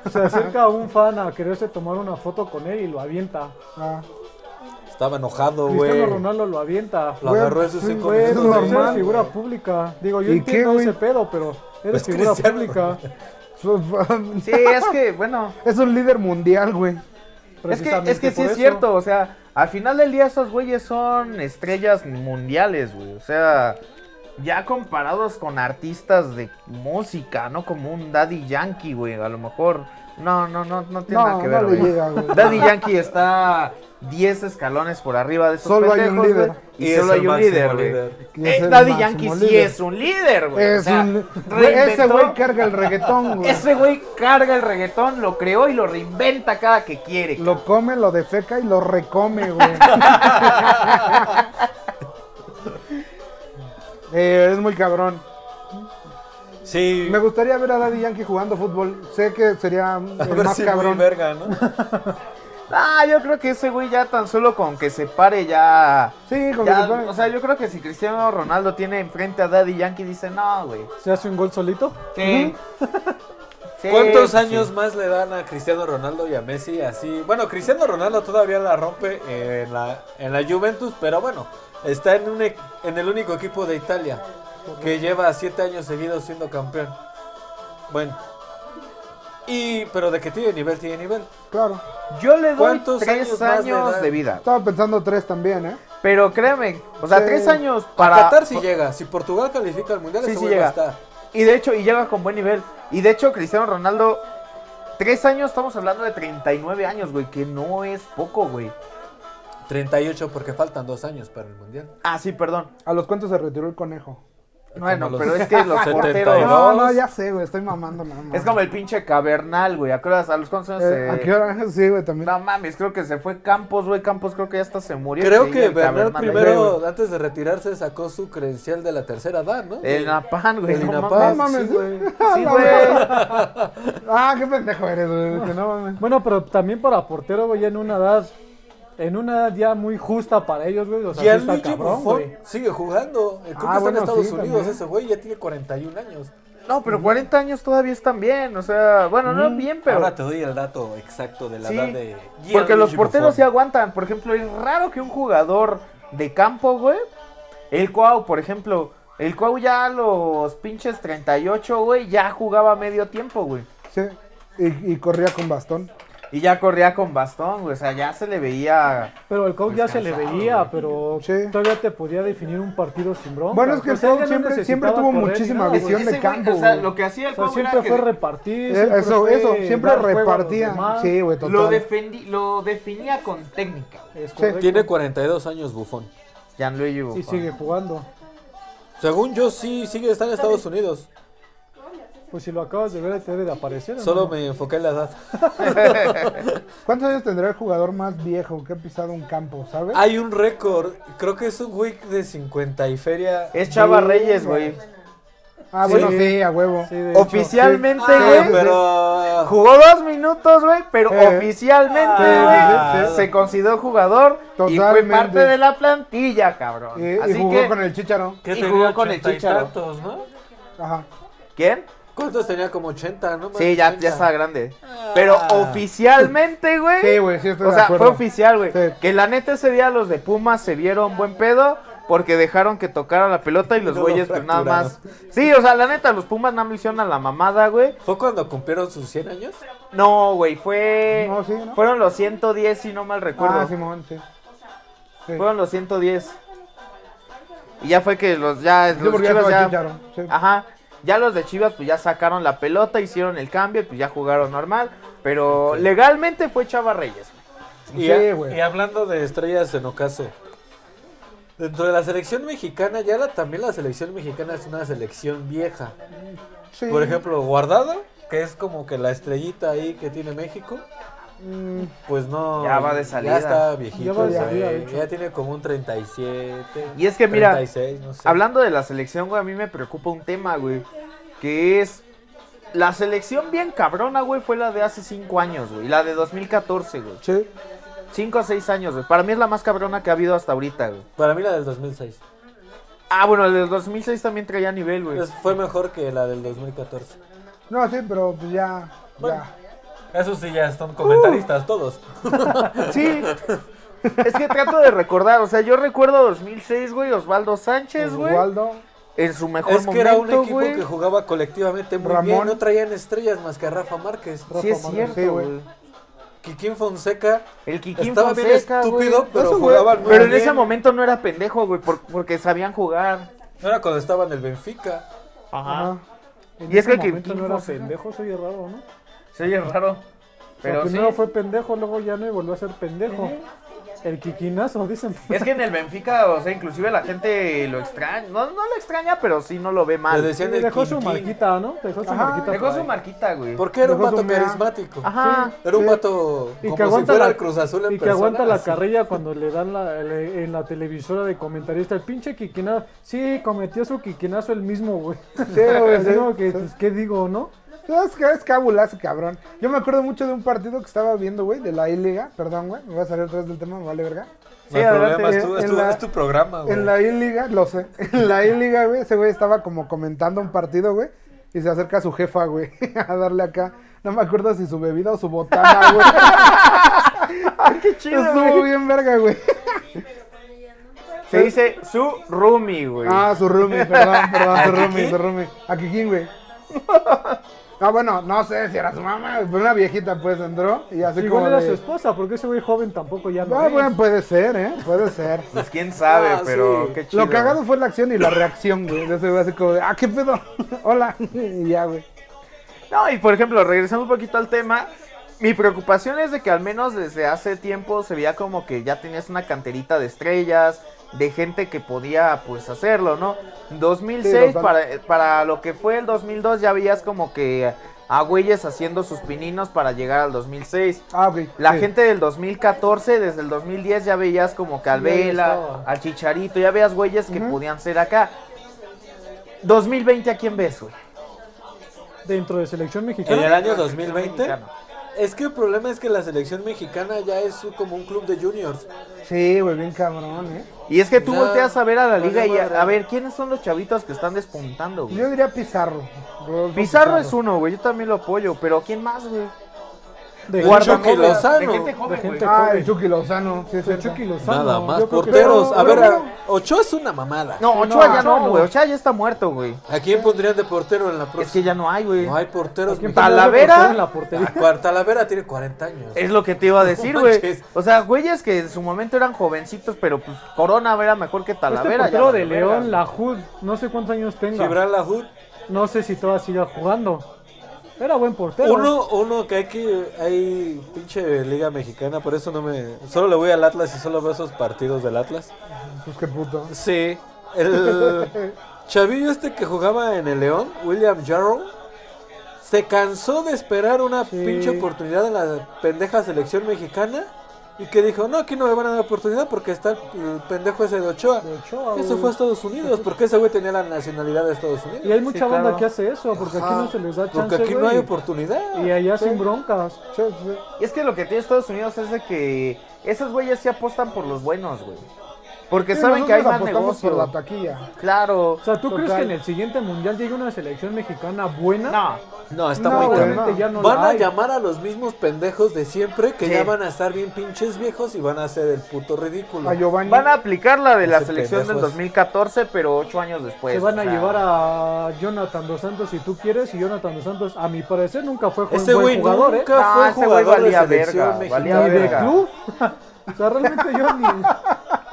Speaker 4: Ah.
Speaker 2: se acerca un fan a quererse tomar una foto con él y lo avienta.
Speaker 3: Ah,
Speaker 4: Estaba enojado, güey.
Speaker 2: Cristiano Ronaldo lo avienta.
Speaker 4: Lo
Speaker 3: Güey,
Speaker 4: agarró en sus
Speaker 3: sí,
Speaker 4: cinco
Speaker 3: güey,
Speaker 2: Güey,
Speaker 3: es
Speaker 2: pues,
Speaker 4: minutos.
Speaker 2: eres
Speaker 4: de-
Speaker 3: normal.
Speaker 2: figura pública. Digo, yo
Speaker 3: ¿Y qué,
Speaker 2: entiendo
Speaker 3: güey?
Speaker 2: ese pedo, pero eres
Speaker 4: Pues
Speaker 2: figura
Speaker 4: Cristiano
Speaker 2: pública.
Speaker 1: Sí, es que, bueno...
Speaker 3: Es un líder mundial, güey.
Speaker 1: Es que,
Speaker 2: precisamente
Speaker 1: es que sí
Speaker 2: por
Speaker 1: es
Speaker 2: eso.
Speaker 1: cierto, o sea, al final del día esos güeyes son estrellas mundiales, güey. O sea, ya comparados con artistas de música, no como un Daddy Yankee, güey, a lo mejor. No, no, no, no tiene
Speaker 3: No,
Speaker 1: nada que
Speaker 3: no
Speaker 1: ver,
Speaker 3: le
Speaker 1: güey.
Speaker 3: llega, güey.
Speaker 1: Daddy Yankee está 10 escalones por arriba de esos
Speaker 3: Solo hay un
Speaker 1: pendejos,
Speaker 3: líder.
Speaker 1: güey, Y,
Speaker 4: Y es
Speaker 1: solo
Speaker 4: el
Speaker 1: hay un
Speaker 4: máximo
Speaker 1: líder, güey.
Speaker 4: líder.
Speaker 3: Y es
Speaker 1: Eh,
Speaker 3: el
Speaker 1: Daddy
Speaker 3: máximo
Speaker 1: Yankee sí
Speaker 3: líder.
Speaker 1: es un líder, güey. o
Speaker 3: Es
Speaker 1: sea,
Speaker 3: un- güey, Ese
Speaker 1: reinventó-
Speaker 3: güey carga el reggaetón, güey.
Speaker 1: Ese güey carga el reggaetón, lo creó y lo reinventa cada que quiere.
Speaker 3: Lo come, lo defeca y lo recome, güey. Eh, es muy cabrón.
Speaker 4: Sí.
Speaker 3: Me gustaría ver a Daddy Yankee jugando fútbol. Sé que sería
Speaker 4: A
Speaker 3: el
Speaker 4: ver
Speaker 3: más
Speaker 4: si muy
Speaker 3: cabrón.
Speaker 4: verga, ¿no?
Speaker 1: Ah, yo creo que ese güey ya tan solo con que se pare ya.
Speaker 3: Sí, con
Speaker 1: ya,
Speaker 3: que se pare.
Speaker 1: o sea, yo creo que si Cristiano Ronaldo tiene enfrente a Daddy Yankee, dice no, güey.
Speaker 2: ¿Se hace un gol solito?
Speaker 1: Sí. Sí,
Speaker 4: ¿Cuántos
Speaker 1: sí.
Speaker 4: años más le dan a Cristiano Ronaldo y a Messi así? Bueno, Cristiano Ronaldo todavía la rompe en la, en la Juventus, pero bueno, está en, un, e- en el único equipo de Italia que lleva siete años seguidos siendo campeón. Bueno. Y, pero de que tiene nivel, tiene nivel.
Speaker 3: Claro.
Speaker 1: Yo le doy
Speaker 4: ¿Cuántos
Speaker 1: tres
Speaker 4: años más le
Speaker 1: años
Speaker 4: dan?
Speaker 1: de vida.
Speaker 3: Estaba pensando tres también, ¿eh?
Speaker 1: Pero créeme, o sea,
Speaker 3: Sí.
Speaker 1: tres años
Speaker 4: Para,
Speaker 1: para.
Speaker 4: Qatar si llega, si Portugal califica al Mundial,
Speaker 1: Sí,
Speaker 4: ese
Speaker 1: sí
Speaker 4: güey va a
Speaker 1: llega.
Speaker 4: estar.
Speaker 1: Y de hecho, y llega con buen nivel. Y de hecho, Cristiano Ronaldo, tres años, estamos hablando de 39 años, güey, que no es poco, güey.
Speaker 4: 38 porque faltan dos años para el Mundial.
Speaker 1: Ah, sí, perdón.
Speaker 3: ¿A los cuantos se retiró el conejo?
Speaker 1: Bueno,
Speaker 4: Como los
Speaker 1: pero es que los
Speaker 4: 72.
Speaker 1: porteros.
Speaker 4: No,
Speaker 3: No, no, ya sé, güey, estoy mamando nada más.
Speaker 1: Es como el pinche Cavernal, güey. ¿A qué horas- ¿A los cuántos años
Speaker 3: Eh,
Speaker 1: se-
Speaker 3: ¿A qué hora? Sí, güey, también.
Speaker 1: No mames, creo que se fue Campos, güey. Campos creo que ya hasta se murió.
Speaker 4: Creo
Speaker 1: Sí,
Speaker 4: que
Speaker 1: el
Speaker 4: Bernal
Speaker 1: Cavernal.
Speaker 4: primero, antes de retirarse, sacó su credencial de la tercera edad, ¿no?
Speaker 1: El Napán, güey.
Speaker 4: El
Speaker 1: no
Speaker 4: Inapaz,
Speaker 1: mames.
Speaker 4: sí, güey.
Speaker 1: Sí, güey.
Speaker 3: Ah, qué pendejo eres, güey. que No mames.
Speaker 2: Bueno, pero también para portero, güey, ya en una edad. En una edad ya muy justa para ellos, güey. O sea, sí está
Speaker 4: Gianluigi
Speaker 2: cabrón,
Speaker 4: Buffon
Speaker 2: güey.
Speaker 4: sigue jugando. El Tuca
Speaker 3: Ah,
Speaker 4: está
Speaker 3: bueno,
Speaker 4: en Estados
Speaker 3: sí,
Speaker 4: Unidos,
Speaker 3: también.
Speaker 4: ese güey ya tiene 41 años.
Speaker 1: No, pero 40 años todavía están bien. O sea, bueno,
Speaker 3: Mm.
Speaker 1: no bien, pero.
Speaker 5: Ahora te doy el dato exacto de la
Speaker 1: Sí,
Speaker 5: edad de.
Speaker 1: porque los
Speaker 5: Gianluigi
Speaker 1: porteros
Speaker 5: Buffon.
Speaker 1: sí aguantan. Por ejemplo, es raro que un jugador de campo, güey. El Cuau, por ejemplo. El Cuau ya a los pinches 38, güey, ya jugaba medio tiempo, güey.
Speaker 3: Sí. Y, y corría con bastón.
Speaker 1: Y ya corría con bastón, güey. O sea, ya se le veía.
Speaker 2: Pero el coach ya se le
Speaker 1: cansado,
Speaker 2: veía,
Speaker 1: güey.
Speaker 2: pero
Speaker 3: Sí.
Speaker 2: todavía te podía definir un partido sin bronca.
Speaker 3: Bueno, es que
Speaker 2: Pues
Speaker 3: el coach
Speaker 2: él ya no
Speaker 3: siempre- siempre
Speaker 2: necesitaba
Speaker 3: tuvo
Speaker 2: correr ni
Speaker 3: muchísima
Speaker 2: nada, güey.
Speaker 3: visión.
Speaker 1: Ese
Speaker 3: de
Speaker 1: güey,
Speaker 3: campo,
Speaker 1: O sea,
Speaker 3: güey.
Speaker 1: lo que hacía el
Speaker 2: O sea,
Speaker 1: Cuau era
Speaker 2: siempre
Speaker 1: que
Speaker 2: fue repartir.
Speaker 3: Eh, eso,
Speaker 2: fue
Speaker 3: eso. Siempre
Speaker 2: dar juego a los
Speaker 3: repartía.
Speaker 2: demás.
Speaker 3: Sí, güey, total.
Speaker 1: lo, defendí, lo definía con técnica. güey.
Speaker 2: Es correcto.
Speaker 4: Tiene 42 años Bufón.
Speaker 1: Gianluigi Buffon.
Speaker 2: Y sigue jugando.
Speaker 4: Según yo, sí, sigue está en Estados Unidos.
Speaker 2: Pues si lo acabas de ver, te debe de aparecer. ¿o
Speaker 4: Solo
Speaker 2: no?
Speaker 4: me enfoqué en la edad.
Speaker 3: ¿Cuántos años tendrá el jugador más viejo que ha pisado un campo, sabes?
Speaker 4: Hay un récord, creo que es un güey de 50 y feria.
Speaker 1: Es Chava
Speaker 3: Sí,
Speaker 1: Reyes,
Speaker 3: güey.
Speaker 1: güey.
Speaker 3: Ah,
Speaker 4: Sí.
Speaker 3: bueno, sí, a huevo.
Speaker 2: Sí, de hecho.
Speaker 1: Oficialmente,
Speaker 4: Sí,
Speaker 1: güey.
Speaker 4: Ah, pero.
Speaker 1: Jugó dos minutos, güey, pero
Speaker 3: Eh.
Speaker 1: oficialmente, güey,
Speaker 3: Ah, sí, sí, sí.
Speaker 1: se consideró jugador y fue
Speaker 3: Totalmente.
Speaker 1: parte de la plantilla, cabrón.
Speaker 3: Y, y
Speaker 1: Así
Speaker 3: jugó
Speaker 1: que,
Speaker 3: con el chicharo.
Speaker 1: Y jugó con el
Speaker 4: 80 y
Speaker 1: Chícharo.
Speaker 4: tantos, ¿no?
Speaker 3: Ajá.
Speaker 1: ¿quién?
Speaker 4: ¿Cuántos tenía? Como 80, ¿no?
Speaker 1: Sí, ya,
Speaker 4: 80.
Speaker 1: ya estaba grande. Pero oficialmente, güey.
Speaker 3: Ah. Sí, güey, sí, estoy
Speaker 1: O
Speaker 3: de
Speaker 1: sea,
Speaker 3: acuerdo.
Speaker 1: fue oficial, güey.
Speaker 3: Sí.
Speaker 1: Que la neta ese día los de Pumas se vieron buen pedo porque dejaron que tocara la pelota y los
Speaker 4: No lo
Speaker 1: güeyes pues nada
Speaker 4: fracturaron.
Speaker 1: más. Sí, o sea, la neta, los Pumas no me hicieron a la mamada, güey.
Speaker 4: ¿Fue cuando cumplieron sus 100 años?
Speaker 1: No, güey, fue...
Speaker 3: No, sí, ¿no?
Speaker 1: Fueron los 110, si no mal recuerdo.
Speaker 3: Ah, Simón, sí. Sí.
Speaker 1: Fueron los 110. Y ya fue que los ya
Speaker 3: Sí,
Speaker 1: los
Speaker 3: porque ya
Speaker 1: Chivas
Speaker 3: estaba
Speaker 1: ya,
Speaker 3: Chicharo, sí.
Speaker 1: ajá, ya los de Chivas pues ya sacaron la pelota, hicieron el cambio y pues ya jugaron normal, pero legalmente fue Chava Reyes.
Speaker 4: Y,
Speaker 3: Sí,
Speaker 4: a-
Speaker 3: güey.
Speaker 4: y hablando de estrellas en ocaso, dentro de la selección mexicana, ya la- también la selección mexicana es una selección vieja.
Speaker 3: Sí.
Speaker 4: Por ejemplo, Guardado, que es como que la estrellita ahí que tiene México,
Speaker 3: Mm,
Speaker 4: pues no.
Speaker 1: Ya va de salida.
Speaker 4: Ya está viejito.
Speaker 2: Ya va de
Speaker 4: güey.
Speaker 2: salida, de hecho.
Speaker 4: Ya tiene como un 37.
Speaker 1: Y es que mira,
Speaker 4: 36, no sé.
Speaker 1: Hablando de la selección, güey, a mí me preocupa un tema, güey, que es la selección bien cabrona, güey, fue la de hace 5 años, güey, la de 2014, güey.
Speaker 3: sí.
Speaker 1: 5 o 6 años, güey. Para mí es la más cabrona que ha habido hasta ahorita, güey.
Speaker 4: Para mí la del 2006.
Speaker 1: Ah, bueno, la del 2006 también traía nivel, güey.
Speaker 4: Es- Pues fue mejor que la del 2014.
Speaker 3: No, sí, pero pues ya.
Speaker 4: Bueno.
Speaker 3: ya.
Speaker 4: Eso sí, ya son comentaristas todos.
Speaker 1: Sí. Es que trato de recordar, o sea, yo recuerdo 2006, güey, Osvaldo Sánchez, güey.
Speaker 3: Osvaldo.
Speaker 1: En su mejor
Speaker 4: Es que
Speaker 1: momento,
Speaker 4: era un equipo
Speaker 1: güey.
Speaker 4: que jugaba colectivamente muy bien.
Speaker 3: Ramón.
Speaker 4: No traían estrellas más que a Rafa Márquez.
Speaker 1: Sí, es
Speaker 3: Márquez,
Speaker 1: cierto,
Speaker 3: sí, güey.
Speaker 1: güey.
Speaker 4: Kikín Fonseca
Speaker 1: El Kikín
Speaker 4: estaba
Speaker 1: Fonseca,
Speaker 4: bien
Speaker 1: güey.
Speaker 4: estúpido, pero
Speaker 3: Eso, güey.
Speaker 4: jugaban muy
Speaker 1: Pero en
Speaker 4: bien.
Speaker 1: ese momento no era pendejo, güey, por- porque sabían jugar.
Speaker 4: No era cuando estaba en el Benfica.
Speaker 3: Ajá.
Speaker 2: En
Speaker 1: Y es
Speaker 2: ese
Speaker 1: que el
Speaker 2: momento
Speaker 1: Kikín
Speaker 2: no era
Speaker 1: Fonseca-
Speaker 2: pendejo, soy raro, ¿no?
Speaker 1: Se oye raro.
Speaker 2: Pero
Speaker 1: Pero sí.
Speaker 2: primero fue pendejo, luego ya no y volvió a ser pendejo. El quiquinazo, dicen.
Speaker 1: Es que en el Benfica, o sea, inclusive la gente lo extraña. No, no lo extraña, pero sí no lo ve
Speaker 4: Le
Speaker 1: mal.
Speaker 4: decían
Speaker 2: Sí,
Speaker 4: el
Speaker 2: dejó su
Speaker 4: Quinquín.
Speaker 2: marquita, ¿no? Dejó su
Speaker 3: Ajá,
Speaker 2: marquita.
Speaker 1: Dejó
Speaker 2: por
Speaker 1: su
Speaker 2: ahí.
Speaker 1: marquito, güey.
Speaker 4: Porque era un
Speaker 3: Dejó su
Speaker 4: vato
Speaker 3: mea.
Speaker 4: carismático.
Speaker 1: Ajá.
Speaker 4: Era un
Speaker 3: Sí.
Speaker 4: vato
Speaker 2: Y que
Speaker 4: como si
Speaker 2: aguanta
Speaker 4: fuera
Speaker 2: la-
Speaker 4: el Cruz Azul en
Speaker 2: Y que aguanta
Speaker 4: persona,
Speaker 2: la
Speaker 4: así.
Speaker 2: carrilla cuando le dan la, le- en la televisora de comentarista. El pinche quiquinazo. Sí, cometió su quiquinazo el mismo, güey.
Speaker 3: Sí, güey, sí.
Speaker 2: Así como que,
Speaker 3: Sí.
Speaker 2: pues, ¿qué digo, no?
Speaker 3: Es que es cabulazo, cabrón. Yo me acuerdo mucho de un partido que estaba viendo, güey, de la I-Liga. Perdón, güey, me voy a salir atrás del tema, me vale verga.
Speaker 4: No hay
Speaker 3: Sí, adelante,
Speaker 4: problema, es tu,
Speaker 3: en
Speaker 4: es tu-
Speaker 3: la-
Speaker 4: es tu programa, güey.
Speaker 3: En la I-Liga, lo sé. En la I-Liga, güey, ese güey estaba como comentando un partido, güey. Y se acerca a su jefa, güey, a darle acá. No me acuerdo si su bebida o su botana, güey.
Speaker 1: Qué
Speaker 3: Estuvo bien verga, güey.
Speaker 1: Se dice su roomie, güey.
Speaker 3: Ah, su roomie, perdón, perdón, su roomie, su roomie. ¿A Kikín, güey? Ah, bueno, no sé si era su mamá, pero una viejita pues entró y así
Speaker 2: Igual
Speaker 3: como
Speaker 2: era
Speaker 3: de-
Speaker 2: su esposa, porque ese güey joven tampoco ya no
Speaker 3: Ah,
Speaker 2: es.
Speaker 3: bueno, puede ser, ¿eh? Puede ser.
Speaker 1: Pues quién sabe,
Speaker 4: Ah,
Speaker 1: pero
Speaker 4: sí.
Speaker 1: qué chido.
Speaker 3: Lo cagado fue la acción y la reacción, güey. De ese güey así como de, ah, ¿qué pedo? Hola. y ya, güey.
Speaker 1: No, y por ejemplo, regresando un poquito al tema, mi preocupación es de que al menos desde hace tiempo se veía como que ya tenías una canterita de estrellas, de gente que podía pues hacerlo, ¿no? 2006
Speaker 3: Sí, los-
Speaker 1: para, para lo que fue el 2002 ya veías como que a güeyes haciendo sus pininos para llegar al 2006.
Speaker 3: Ah, ok.
Speaker 1: La
Speaker 3: sí.
Speaker 1: gente del 2014, desde el 2010 ya veías como que al
Speaker 2: Ya
Speaker 1: Vela,
Speaker 2: estaba.
Speaker 1: al Chicharito, ya veías güeyes que
Speaker 3: Ujú.
Speaker 1: podían ser acá. 2020, ¿a quién ves, güey?
Speaker 2: Dentro de selección
Speaker 4: En el
Speaker 2: mexicana.
Speaker 4: año 2020.
Speaker 1: Mexicano.
Speaker 4: Es que el problema es que la selección mejicana ya es como un club de juniors.
Speaker 3: Sí, güey, bien cabrón, ¿eh?
Speaker 1: Y es que tú
Speaker 4: No,
Speaker 1: volteas a ver a la
Speaker 4: valió
Speaker 1: liga y a,
Speaker 4: madre.
Speaker 1: a ver quiénes son los chavitos que están despuntando, güey.
Speaker 3: Yo diría Pizarro. Rodolfo
Speaker 1: Pizarro es uno, güey, yo también lo apoyo, pero ¿quién más, güey?
Speaker 2: De
Speaker 4: El
Speaker 2: gente-
Speaker 4: Chucky Lozano.
Speaker 2: de gente
Speaker 3: Ah,
Speaker 2: joven.
Speaker 3: el Chucky Lozano. Sí, es
Speaker 2: El
Speaker 3: cierto.
Speaker 2: Chucky Lozano.
Speaker 4: Nada más.
Speaker 2: yo creo que-
Speaker 4: Porteros.
Speaker 2: Pero-
Speaker 4: A ver,
Speaker 2: pero-
Speaker 4: a- Ochoa es una mamada.
Speaker 1: No,
Speaker 2: Sí,
Speaker 1: Ochoa
Speaker 2: no,
Speaker 1: ya
Speaker 2: Ochoa
Speaker 1: no,
Speaker 2: no.
Speaker 1: güey, Ochoa ya está muerto, güey.
Speaker 4: ¿A quién pondrían de portero en la próxima?
Speaker 1: Es que ya no hay, güey.
Speaker 4: No hay porteros.
Speaker 2: ¿quién
Speaker 4: mexicanos.
Speaker 2: pondrías de
Speaker 1: Talavera?
Speaker 2: portero en la portería?
Speaker 4: Cuar- Talavera tiene 40 años.
Speaker 1: Es lo que te iba a decir,
Speaker 4: No
Speaker 1: güey.
Speaker 4: manches.
Speaker 1: o sea, güeyes que en su momento eran jovencitos, pero pues Corona era mejor que
Speaker 2: Este
Speaker 4: Ah,
Speaker 1: Talavera. ya
Speaker 2: portero
Speaker 1: valió
Speaker 2: de
Speaker 1: verga,
Speaker 2: León,
Speaker 1: güey.
Speaker 2: la HUD, no sé cuántos años tenga.
Speaker 4: Gibran Lahoud.
Speaker 2: No sé si todavía siga jugando. Era buen portero.
Speaker 4: Uno, uno que hay que. Hay pinche liga mexicana, por eso no me. Solo le voy al Atlas y solo veo esos partidos del Atlas.
Speaker 3: Pues qué puto.
Speaker 4: Sí. El chavillo este que jugaba en el León, William Jarrow, se cansó de esperar una
Speaker 2: Sí.
Speaker 4: pinche oportunidad en la pendeja selección mexicana y que dijo, no, aquí no me van a dar oportunidad porque está el pendejo ese de Ochoa.
Speaker 2: De Ochoa,
Speaker 4: Eso
Speaker 2: güey.
Speaker 4: fue a Estados Unidos, porque ese güey tenía la nacionalidad de Estados
Speaker 2: Y hay
Speaker 4: Unidos.
Speaker 2: mucha
Speaker 1: Sí,
Speaker 2: banda
Speaker 1: claro.
Speaker 2: que hace eso, porque aquí
Speaker 4: Ajá.
Speaker 2: no se les da chance.
Speaker 4: Porque aquí no
Speaker 2: güey.
Speaker 4: hay oportunidad.
Speaker 2: Y allá
Speaker 3: Sí.
Speaker 2: sin broncas.
Speaker 3: Sí, sí.
Speaker 1: Y es que lo que tiene Estados Unidos es de que esos güeyes sí apostan por los buenos, güey. Porque
Speaker 3: Sí,
Speaker 1: saben que hay
Speaker 3: nosotros
Speaker 1: más
Speaker 3: apostamos
Speaker 1: negocio.
Speaker 3: por la taquilla.
Speaker 1: Claro.
Speaker 2: O sea, ¿tú crees
Speaker 3: Total.
Speaker 2: que en el siguiente mundial llegue una selección mexicana buena?
Speaker 1: No.
Speaker 4: No, está
Speaker 3: No,
Speaker 4: muy
Speaker 3: güey,
Speaker 4: cabrón.
Speaker 2: Obviamente
Speaker 3: no.
Speaker 2: ya no
Speaker 4: van
Speaker 2: la
Speaker 4: a
Speaker 2: hay.
Speaker 4: llamar a los mismos pendejos de siempre que
Speaker 1: Sí.
Speaker 4: ya van a estar bien pinches viejos y van a hacer el puto ridículo.
Speaker 3: A Giovanni.
Speaker 1: Van a aplicar la de la
Speaker 4: Ese
Speaker 1: selección del
Speaker 4: pendejo es-
Speaker 1: 2014, pero ocho años después.
Speaker 4: pues,
Speaker 2: Se van
Speaker 1: o
Speaker 2: a
Speaker 1: sea.
Speaker 2: llevar a Jonathan Dos Santos si tú quieres. Y Jonathan Dos Santos, a mi parecer, nunca fue un
Speaker 4: Ese
Speaker 2: buen
Speaker 4: güey
Speaker 2: jugador, ¿eh?
Speaker 4: nunca
Speaker 1: No,
Speaker 4: fue
Speaker 1: ese güey
Speaker 4: jugador de
Speaker 1: valía
Speaker 4: selección
Speaker 1: verga,
Speaker 4: mexicana.
Speaker 1: valía
Speaker 2: ni de
Speaker 1: verga.
Speaker 2: club. o sea, realmente yo ni.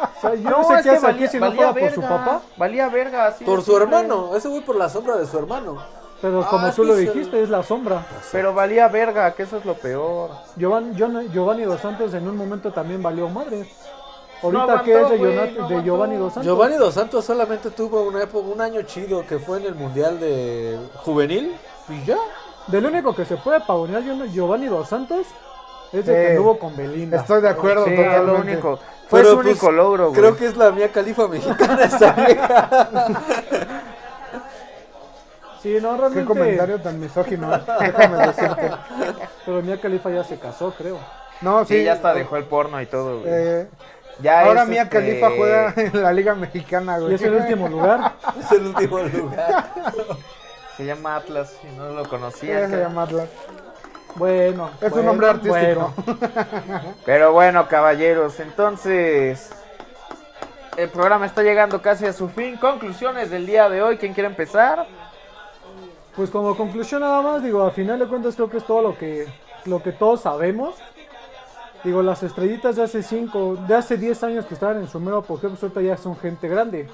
Speaker 2: O sea, yo no,
Speaker 1: No,
Speaker 2: sé
Speaker 1: es
Speaker 2: qué
Speaker 1: que
Speaker 2: hace
Speaker 1: valía,
Speaker 2: aquí si no
Speaker 1: valía
Speaker 2: fuera
Speaker 1: verga.
Speaker 2: por su papá.
Speaker 1: Valía verga, así
Speaker 4: Por
Speaker 1: de
Speaker 4: su
Speaker 1: simple.
Speaker 4: hermano, ese güey por la sombra de su hermano.
Speaker 2: Pero
Speaker 4: Ah,
Speaker 2: como
Speaker 4: es
Speaker 2: tú
Speaker 4: que
Speaker 2: lo
Speaker 4: se-
Speaker 2: dijiste, es la sombra.
Speaker 1: Pero valía verga, que eso es lo peor.
Speaker 2: Giovanni, Gion- Giovanni Dos Santos en un momento también valió madre.
Speaker 1: No
Speaker 2: Ahorita
Speaker 1: aguantó,
Speaker 2: que es de,
Speaker 1: güey,
Speaker 2: Jonat-
Speaker 1: no
Speaker 2: de
Speaker 1: aguantó.
Speaker 2: Giovanni Dos Santos.
Speaker 4: Giovanni Dos Santos solamente tuvo una época, un año chido que fue en el Mundial de Juvenil y ya.
Speaker 2: Del único que se puede pavonear Gion- Giovanni Dos Santos es de
Speaker 3: Sí.
Speaker 2: que anduvo con Belinda.
Speaker 3: Eh, Estoy de acuerdo,
Speaker 1: Sí,
Speaker 3: totalmente.
Speaker 1: es lo único. Fue
Speaker 4: Pero,
Speaker 1: su
Speaker 4: pues,
Speaker 1: único logro, güey.
Speaker 4: Creo que es la mía califa mexicana esa vieja.
Speaker 2: Sí, no,
Speaker 3: Qué
Speaker 2: realmente.
Speaker 3: comentario tan misógino. eh. Déjame decirte.
Speaker 2: Pero Mia Khalifa ya se casó, creo.
Speaker 3: No, sí.
Speaker 1: Sí, ya hasta dejó el porno y todo, güey.
Speaker 3: Eh,
Speaker 1: ya
Speaker 3: ahora
Speaker 1: es,
Speaker 3: Mia
Speaker 1: este,
Speaker 3: Khalifa juega en la Liga Mexicana, güey.
Speaker 2: Y es el último lugar.
Speaker 4: es el último lugar.
Speaker 1: Se llama Atlas, si no lo
Speaker 3: Sí,
Speaker 1: conocía.
Speaker 3: ese llamarla.
Speaker 2: Bueno.
Speaker 3: Es un
Speaker 2: bueno,
Speaker 3: hombre artístico.
Speaker 2: bueno.
Speaker 1: Pero bueno, caballeros, entonces. El programa está llegando casi a su fin. Conclusiones del día de hoy. ¿Quién quiere empezar?
Speaker 2: Pues como conclusión nada más, digo, a final de cuentas creo que es todo lo que, lo que todos sabemos. Digo, las estrellitas de hace 5, de hace 10 años que estaban en su mero apogeo, pues ahorita ya son gente grande.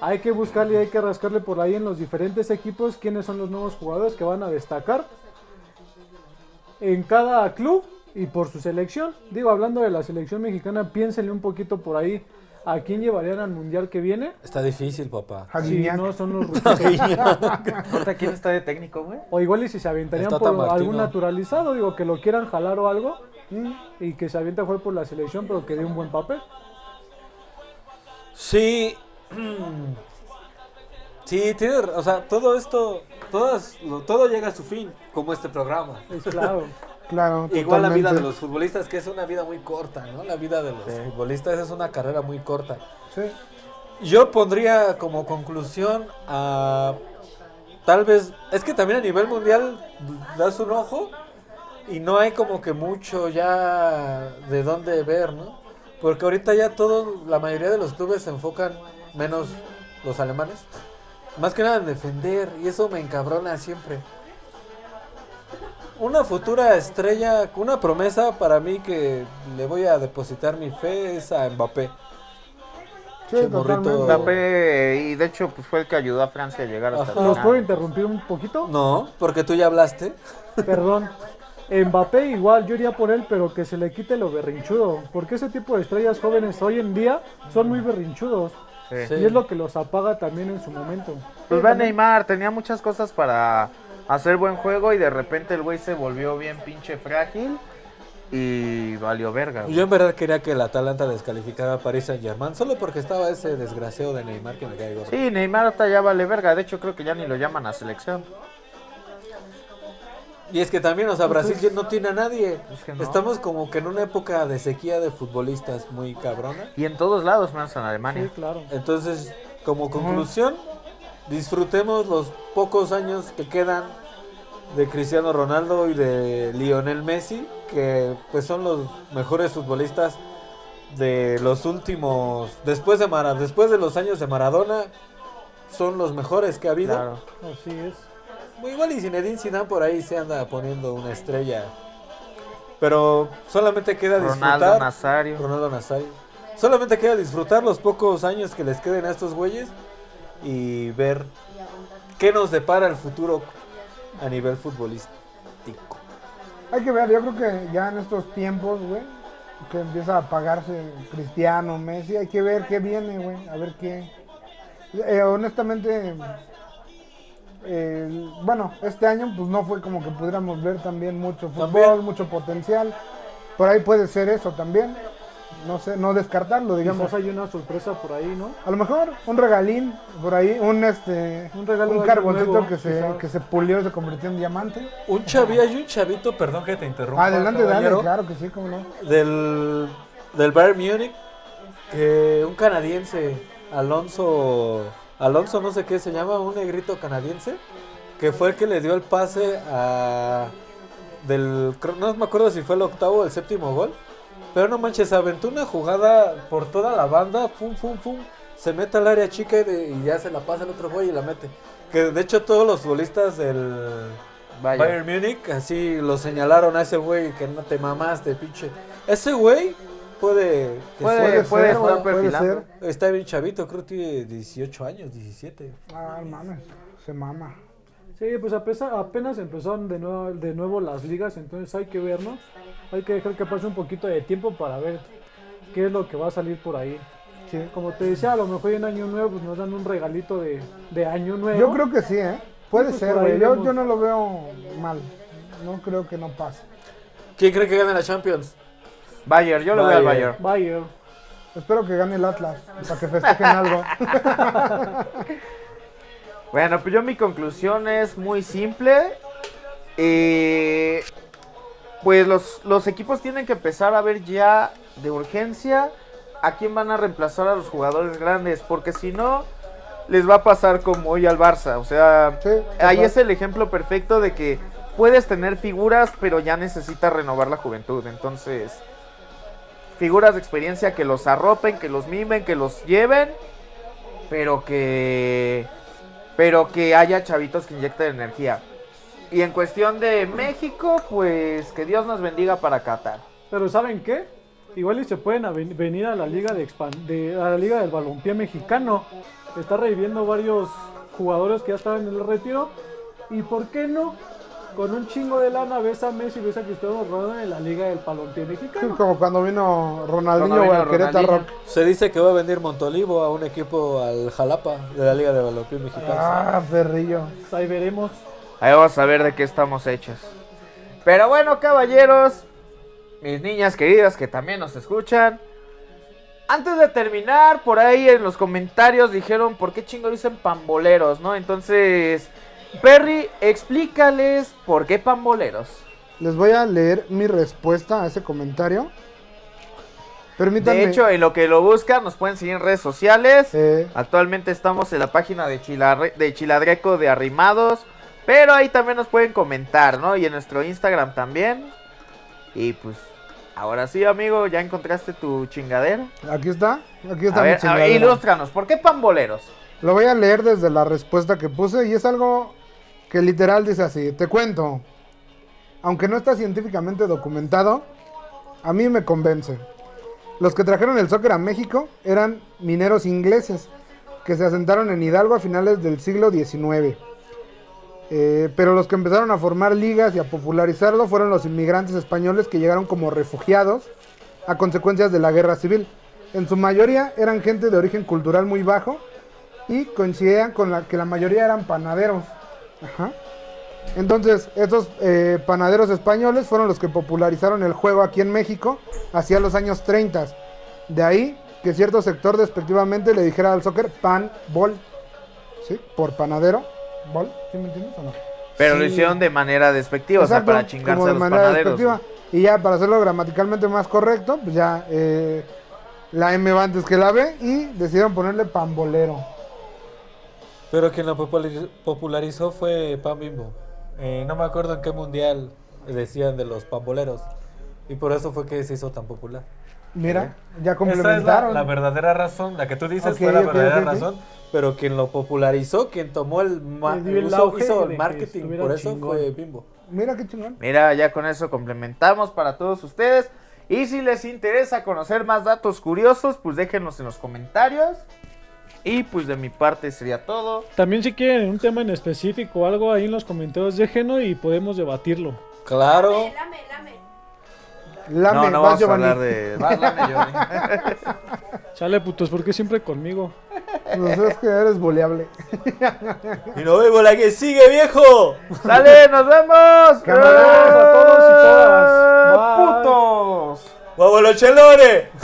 Speaker 2: Hay que buscarle, hay que rascarle por ahí en los diferentes equipos quiénes son los nuevos jugadores que van a destacar en cada club y por su selección. Digo, hablando de la selección mexicana, piénsenle un poquito por ahí a quién llevarían al mundial que viene.
Speaker 4: Está difícil, papá.
Speaker 3: A
Speaker 2: Si
Speaker 3: Guiñac.
Speaker 2: no son los rusos.
Speaker 1: ¿Ahorita quién está de técnico, güey?
Speaker 2: O igual y si se aventarían
Speaker 4: El Tata
Speaker 2: por
Speaker 4: Martino.
Speaker 2: algún naturalizado, digo, que lo quieran jalar o algo, mm, y que se avienta fue por la selección, pero que dé un buen papel.
Speaker 4: Sí. Sí, tiene, o sea, todo esto, todas, lo- todo llega a su fin, como este programa.
Speaker 2: Es claro.
Speaker 3: Claro,
Speaker 4: Igual la vida
Speaker 3: totalmente.
Speaker 4: de los futbolistas, que es una vida muy corta, ¿no? La vida de los futbolistas es una carrera muy corta.
Speaker 3: Sí.
Speaker 4: Yo pondría como conclusión a. Tal vez. Es que también a nivel mundial das un ojo y no hay como que mucho ya de dónde ver, ¿no? Porque ahorita ya todo, la mayoría de los clubes se enfocan, menos los alemanes, más que nada en defender y eso me encabrona siempre. Una futura estrella, una promesa para mí que le voy a depositar mi fe es a Mbappé.
Speaker 3: Sí,
Speaker 4: Che,
Speaker 3: totalmente.
Speaker 4: morrito.
Speaker 1: Mbappé, y de hecho, pues fue el que ayudó a Francia a llegar hasta
Speaker 4: Ajá.
Speaker 1: el
Speaker 2: ¿Los puedo
Speaker 1: final.
Speaker 2: interrumpir un poquito?
Speaker 4: No, porque tú ya hablaste.
Speaker 2: Perdón. Mbappé igual, yo iría por él, pero que se le quite lo berrinchudo. Porque ese tipo de estrellas jóvenes hoy en día son muy berrinchudos.
Speaker 1: Sí.
Speaker 2: Y es lo que los apaga también en su momento.
Speaker 1: Pues va Neymar, tenía muchas cosas para hacer buen juego y de repente el güey se volvió bien pinche frágil y valió verga. güey.
Speaker 4: Yo en verdad quería que el Atalanta descalificara a Paris Saint Germain solo porque estaba ese desgraciado de Neymar que me cae gordo.
Speaker 1: Sí, Neymar ahorita ya vale verga, de hecho creo que ya ni lo llaman a selección.
Speaker 4: Y es que también, o sea, Brasil ya no tiene a nadie.
Speaker 1: Es Pues que no.
Speaker 4: Estamos como que en una época de sequía de futbolistas muy cabrona.
Speaker 1: Y en todos lados, menos en
Speaker 2: Sí,
Speaker 1: Alemania.
Speaker 2: claro.
Speaker 4: Entonces, como conclusión, disfrutemos los pocos años que quedan de Cristiano Ronaldo y de Lionel Messi, que pues son los mejores futbolistas de los últimos después de Mara, después de los años de Maradona son los mejores que ha habido.
Speaker 1: Claro.
Speaker 2: Así es.
Speaker 4: Muy igual y Zinedine Zidane por ahí se anda poniendo una estrella. Pero solamente queda disfrutar
Speaker 1: Ronaldo Nazario.
Speaker 4: Ronaldo Nazario. Solamente queda disfrutar los pocos años que les queden a estos güeyes y ver qué nos depara el futuro a nivel futbolístico.
Speaker 3: Hay que ver, yo creo que ya en estos tiempos, güey, que empieza a apagarse Cristiano, Messi, hay que ver qué viene, güey, a ver qué. Eh, honestamente, eh, bueno, este año pues no fue como que pudiéramos ver también mucho fútbol,
Speaker 4: También.
Speaker 3: mucho potencial. Por ahí puede ser eso también. No sé, no descartarlo, digamos.
Speaker 2: Quizás hay una sorpresa por ahí, ¿no?
Speaker 3: A lo mejor un regalín por ahí, un este,
Speaker 2: Un regalo de año
Speaker 3: carboncito
Speaker 2: nuevo,
Speaker 3: que se
Speaker 2: quizá.
Speaker 3: que se pulió y se convirtió en diamante.
Speaker 4: Un chavito, hay un chavito, perdón que te interrumpa.
Speaker 3: Adelante, dale,
Speaker 4: caballero,
Speaker 3: claro que sí, como no.
Speaker 4: Del, del Bayern Múnich, que un canadiense, Alonso, Alonso no sé qué se llama, un negrito canadiense, que fue el que le dio el pase a... Del, creo- no me acuerdo si fue el octavo o el séptimo gol, pero no manches, aventó una jugada por toda la banda, fum, fum, fum, se mete al área chica y, de- y ya se la pasa el otro güey y la mete. Que de hecho todos los futbolistas del...
Speaker 1: Vaya.
Speaker 4: Bayern Múnich, así lo señalaron a ese güey que no te mamaste, pinche. Ese güey puede. que
Speaker 1: Puede-
Speaker 4: sea-
Speaker 1: puede
Speaker 3: ser,
Speaker 1: estar
Speaker 3: güey, puede
Speaker 1: perfilando.
Speaker 3: ser.
Speaker 4: Está bien chavito, creo que tiene 18 años, 17.
Speaker 3: Ah, mames, se mama.
Speaker 2: Sí, pues a pesar- apenas empezaron de nuevo, de nuevo las ligas, entonces hay que ver, ¿no? Hay que dejar que pase un poquito de tiempo para ver qué es lo que va a salir por ahí.
Speaker 3: Sí.
Speaker 2: Como te decía, a lo mejor en Año Nuevo pues, nos dan un regalito de, de Año Nuevo.
Speaker 3: Yo creo que sí, ¿eh? Puede
Speaker 2: Pues
Speaker 3: ser,
Speaker 2: por ahí
Speaker 3: güey. Yo,
Speaker 2: vemos.
Speaker 3: yo no lo veo mal. No creo que no pase.
Speaker 4: ¿Quién cree que gane la Champions?
Speaker 1: Bayern, yo lo veo al
Speaker 4: Bayern.
Speaker 1: Bayern.
Speaker 2: Bayern.
Speaker 3: Espero que gane el Atlas para que festejen algo.
Speaker 1: Bueno, pues yo mi conclusión es muy simple. Eh, pues los, los equipos tienen que empezar a ver ya de urgencia a quién van a reemplazar a los jugadores grandes, porque si no, les va a pasar como hoy al Barça. O sea,
Speaker 3: Sí,
Speaker 1: ahí
Speaker 3: total.
Speaker 1: es el ejemplo perfecto de que puedes tener figuras, pero ya necesitas renovar la juventud. Entonces, figuras de experiencia que los arropen, que los mimen, que los lleven, pero que pero que haya chavitos que inyecten energía. Y en cuestión de México, pues que Dios nos bendiga para Qatar.
Speaker 2: Pero ¿saben qué? Igual y se pueden a ven- venir a la liga de, expan- de- a la liga del balompié mexicano. Está reviviendo varios jugadores que ya estaban en el retiro. ¿Y por qué no? Con un chingo de lana ves a Messi, ves a Cristiano Ronaldo en la liga del balompié
Speaker 3: Sí,
Speaker 2: mexicano.
Speaker 3: como cuando vino Ronaldinho,
Speaker 1: Ronaldinho,
Speaker 3: al Querétaro.
Speaker 1: Ronaldinho.
Speaker 4: Se dice que va a venir Montolivo a un equipo al Jalapa de la Liga de Balompié Mexicana.
Speaker 3: Ah, perrillo.
Speaker 2: Pues Ahí veremos.
Speaker 1: Ahí vamos a ver de qué estamos hechos. Pero bueno, caballeros, mis niñas queridas que también nos escuchan. Antes de terminar, por ahí en los comentarios dijeron por qué chingo dicen pamboleros, ¿no? Entonces, Perry, explícales por qué pamboleros.
Speaker 3: Les voy a leer mi respuesta a ese comentario. Permítanme.
Speaker 1: De hecho, en lo que lo buscan, nos pueden seguir en redes sociales.
Speaker 3: eh,
Speaker 1: Actualmente estamos en la página de, Chilarre- de Chiladreco de Arrimados. Pero ahí también nos pueden comentar, ¿no? Y en nuestro Instagram también. Y pues, ahora sí, amigo, ya encontraste tu chingadera.
Speaker 3: aquí está. Aquí
Speaker 1: A
Speaker 3: está mi
Speaker 1: ver, a ver,
Speaker 3: chingadera.
Speaker 1: ilústranos, ¿por qué pamboleros?
Speaker 3: Lo voy a leer desde la respuesta que puse y es algo que literal dice así, te cuento, aunque no está científicamente documentado, a mí me convence. Los que trajeron el soccer a México eran mineros ingleses que se asentaron en Hidalgo a finales del siglo XIX. Eh, pero los que empezaron a formar ligas y a popularizarlo fueron los inmigrantes españoles que llegaron como refugiados a consecuencias de la guerra civil. En su mayoría eran gente de origen cultural muy bajo y coincidían con la que la mayoría eran panaderos. Ajá. Entonces, estos eh, panaderos españoles fueron los que popularizaron el juego aquí en México hacia los años 30. De ahí que cierto sector despectivamente le dijera al soccer pan, bol, ¿sí? Por panadero, bol, ¿sí me entiendes o no?
Speaker 1: Pero lo hicieron de manera despectiva, o sea,
Speaker 3: Exacto,
Speaker 1: para chingarse
Speaker 3: como
Speaker 1: a
Speaker 3: de
Speaker 1: los
Speaker 3: manera
Speaker 1: panaderos.
Speaker 3: despectiva. Y ya para hacerlo gramaticalmente más correcto, pues ya eh, la M va antes que la B y decidieron ponerle pambolero.
Speaker 4: Pero quien lo populari- popularizó fue Pan Bimbo. Eh, no me acuerdo en qué mundial decían de los pamboleros. Y por eso fue que se hizo tan popular.
Speaker 3: Mira, ya
Speaker 4: Esa es la,
Speaker 3: complementaron.
Speaker 4: la verdadera razón, la que tú dices
Speaker 3: Ok,
Speaker 4: fue la
Speaker 3: ok,
Speaker 4: verdadera
Speaker 3: ok, ok.
Speaker 4: razón, pero quien lo popularizó, quien tomó el, ma-
Speaker 2: Le dio el
Speaker 4: hizo-
Speaker 2: auge
Speaker 4: hizo
Speaker 2: de
Speaker 4: el
Speaker 2: que
Speaker 4: marketing,
Speaker 2: estuviera
Speaker 4: por eso
Speaker 2: chingón.
Speaker 4: fue Bimbo.
Speaker 3: Mira qué chingón.
Speaker 1: Mira, ya con eso complementamos para todos ustedes. Y si les interesa conocer más datos curiosos, pues déjenos en los comentarios. Y pues de mi parte sería todo.
Speaker 2: También si quieren un tema en específico o algo ahí en los comentarios déjenlo y podemos debatirlo.
Speaker 4: Claro,
Speaker 6: Lame, lame, lame.
Speaker 3: Lame,
Speaker 1: no, no vamos
Speaker 3: vas, Giovanni.
Speaker 1: a hablar de... Vas, lame, Giovanni.
Speaker 2: Chale putos, ¿por qué siempre conmigo?
Speaker 3: Pues es que eres boleable.
Speaker 4: y nos vemos la que sigue, viejo.
Speaker 1: ¡Sale, nos vemos!
Speaker 3: Camaradas a
Speaker 2: todos y todas.
Speaker 1: ¡Putos!
Speaker 4: ¡Vamos los chelones!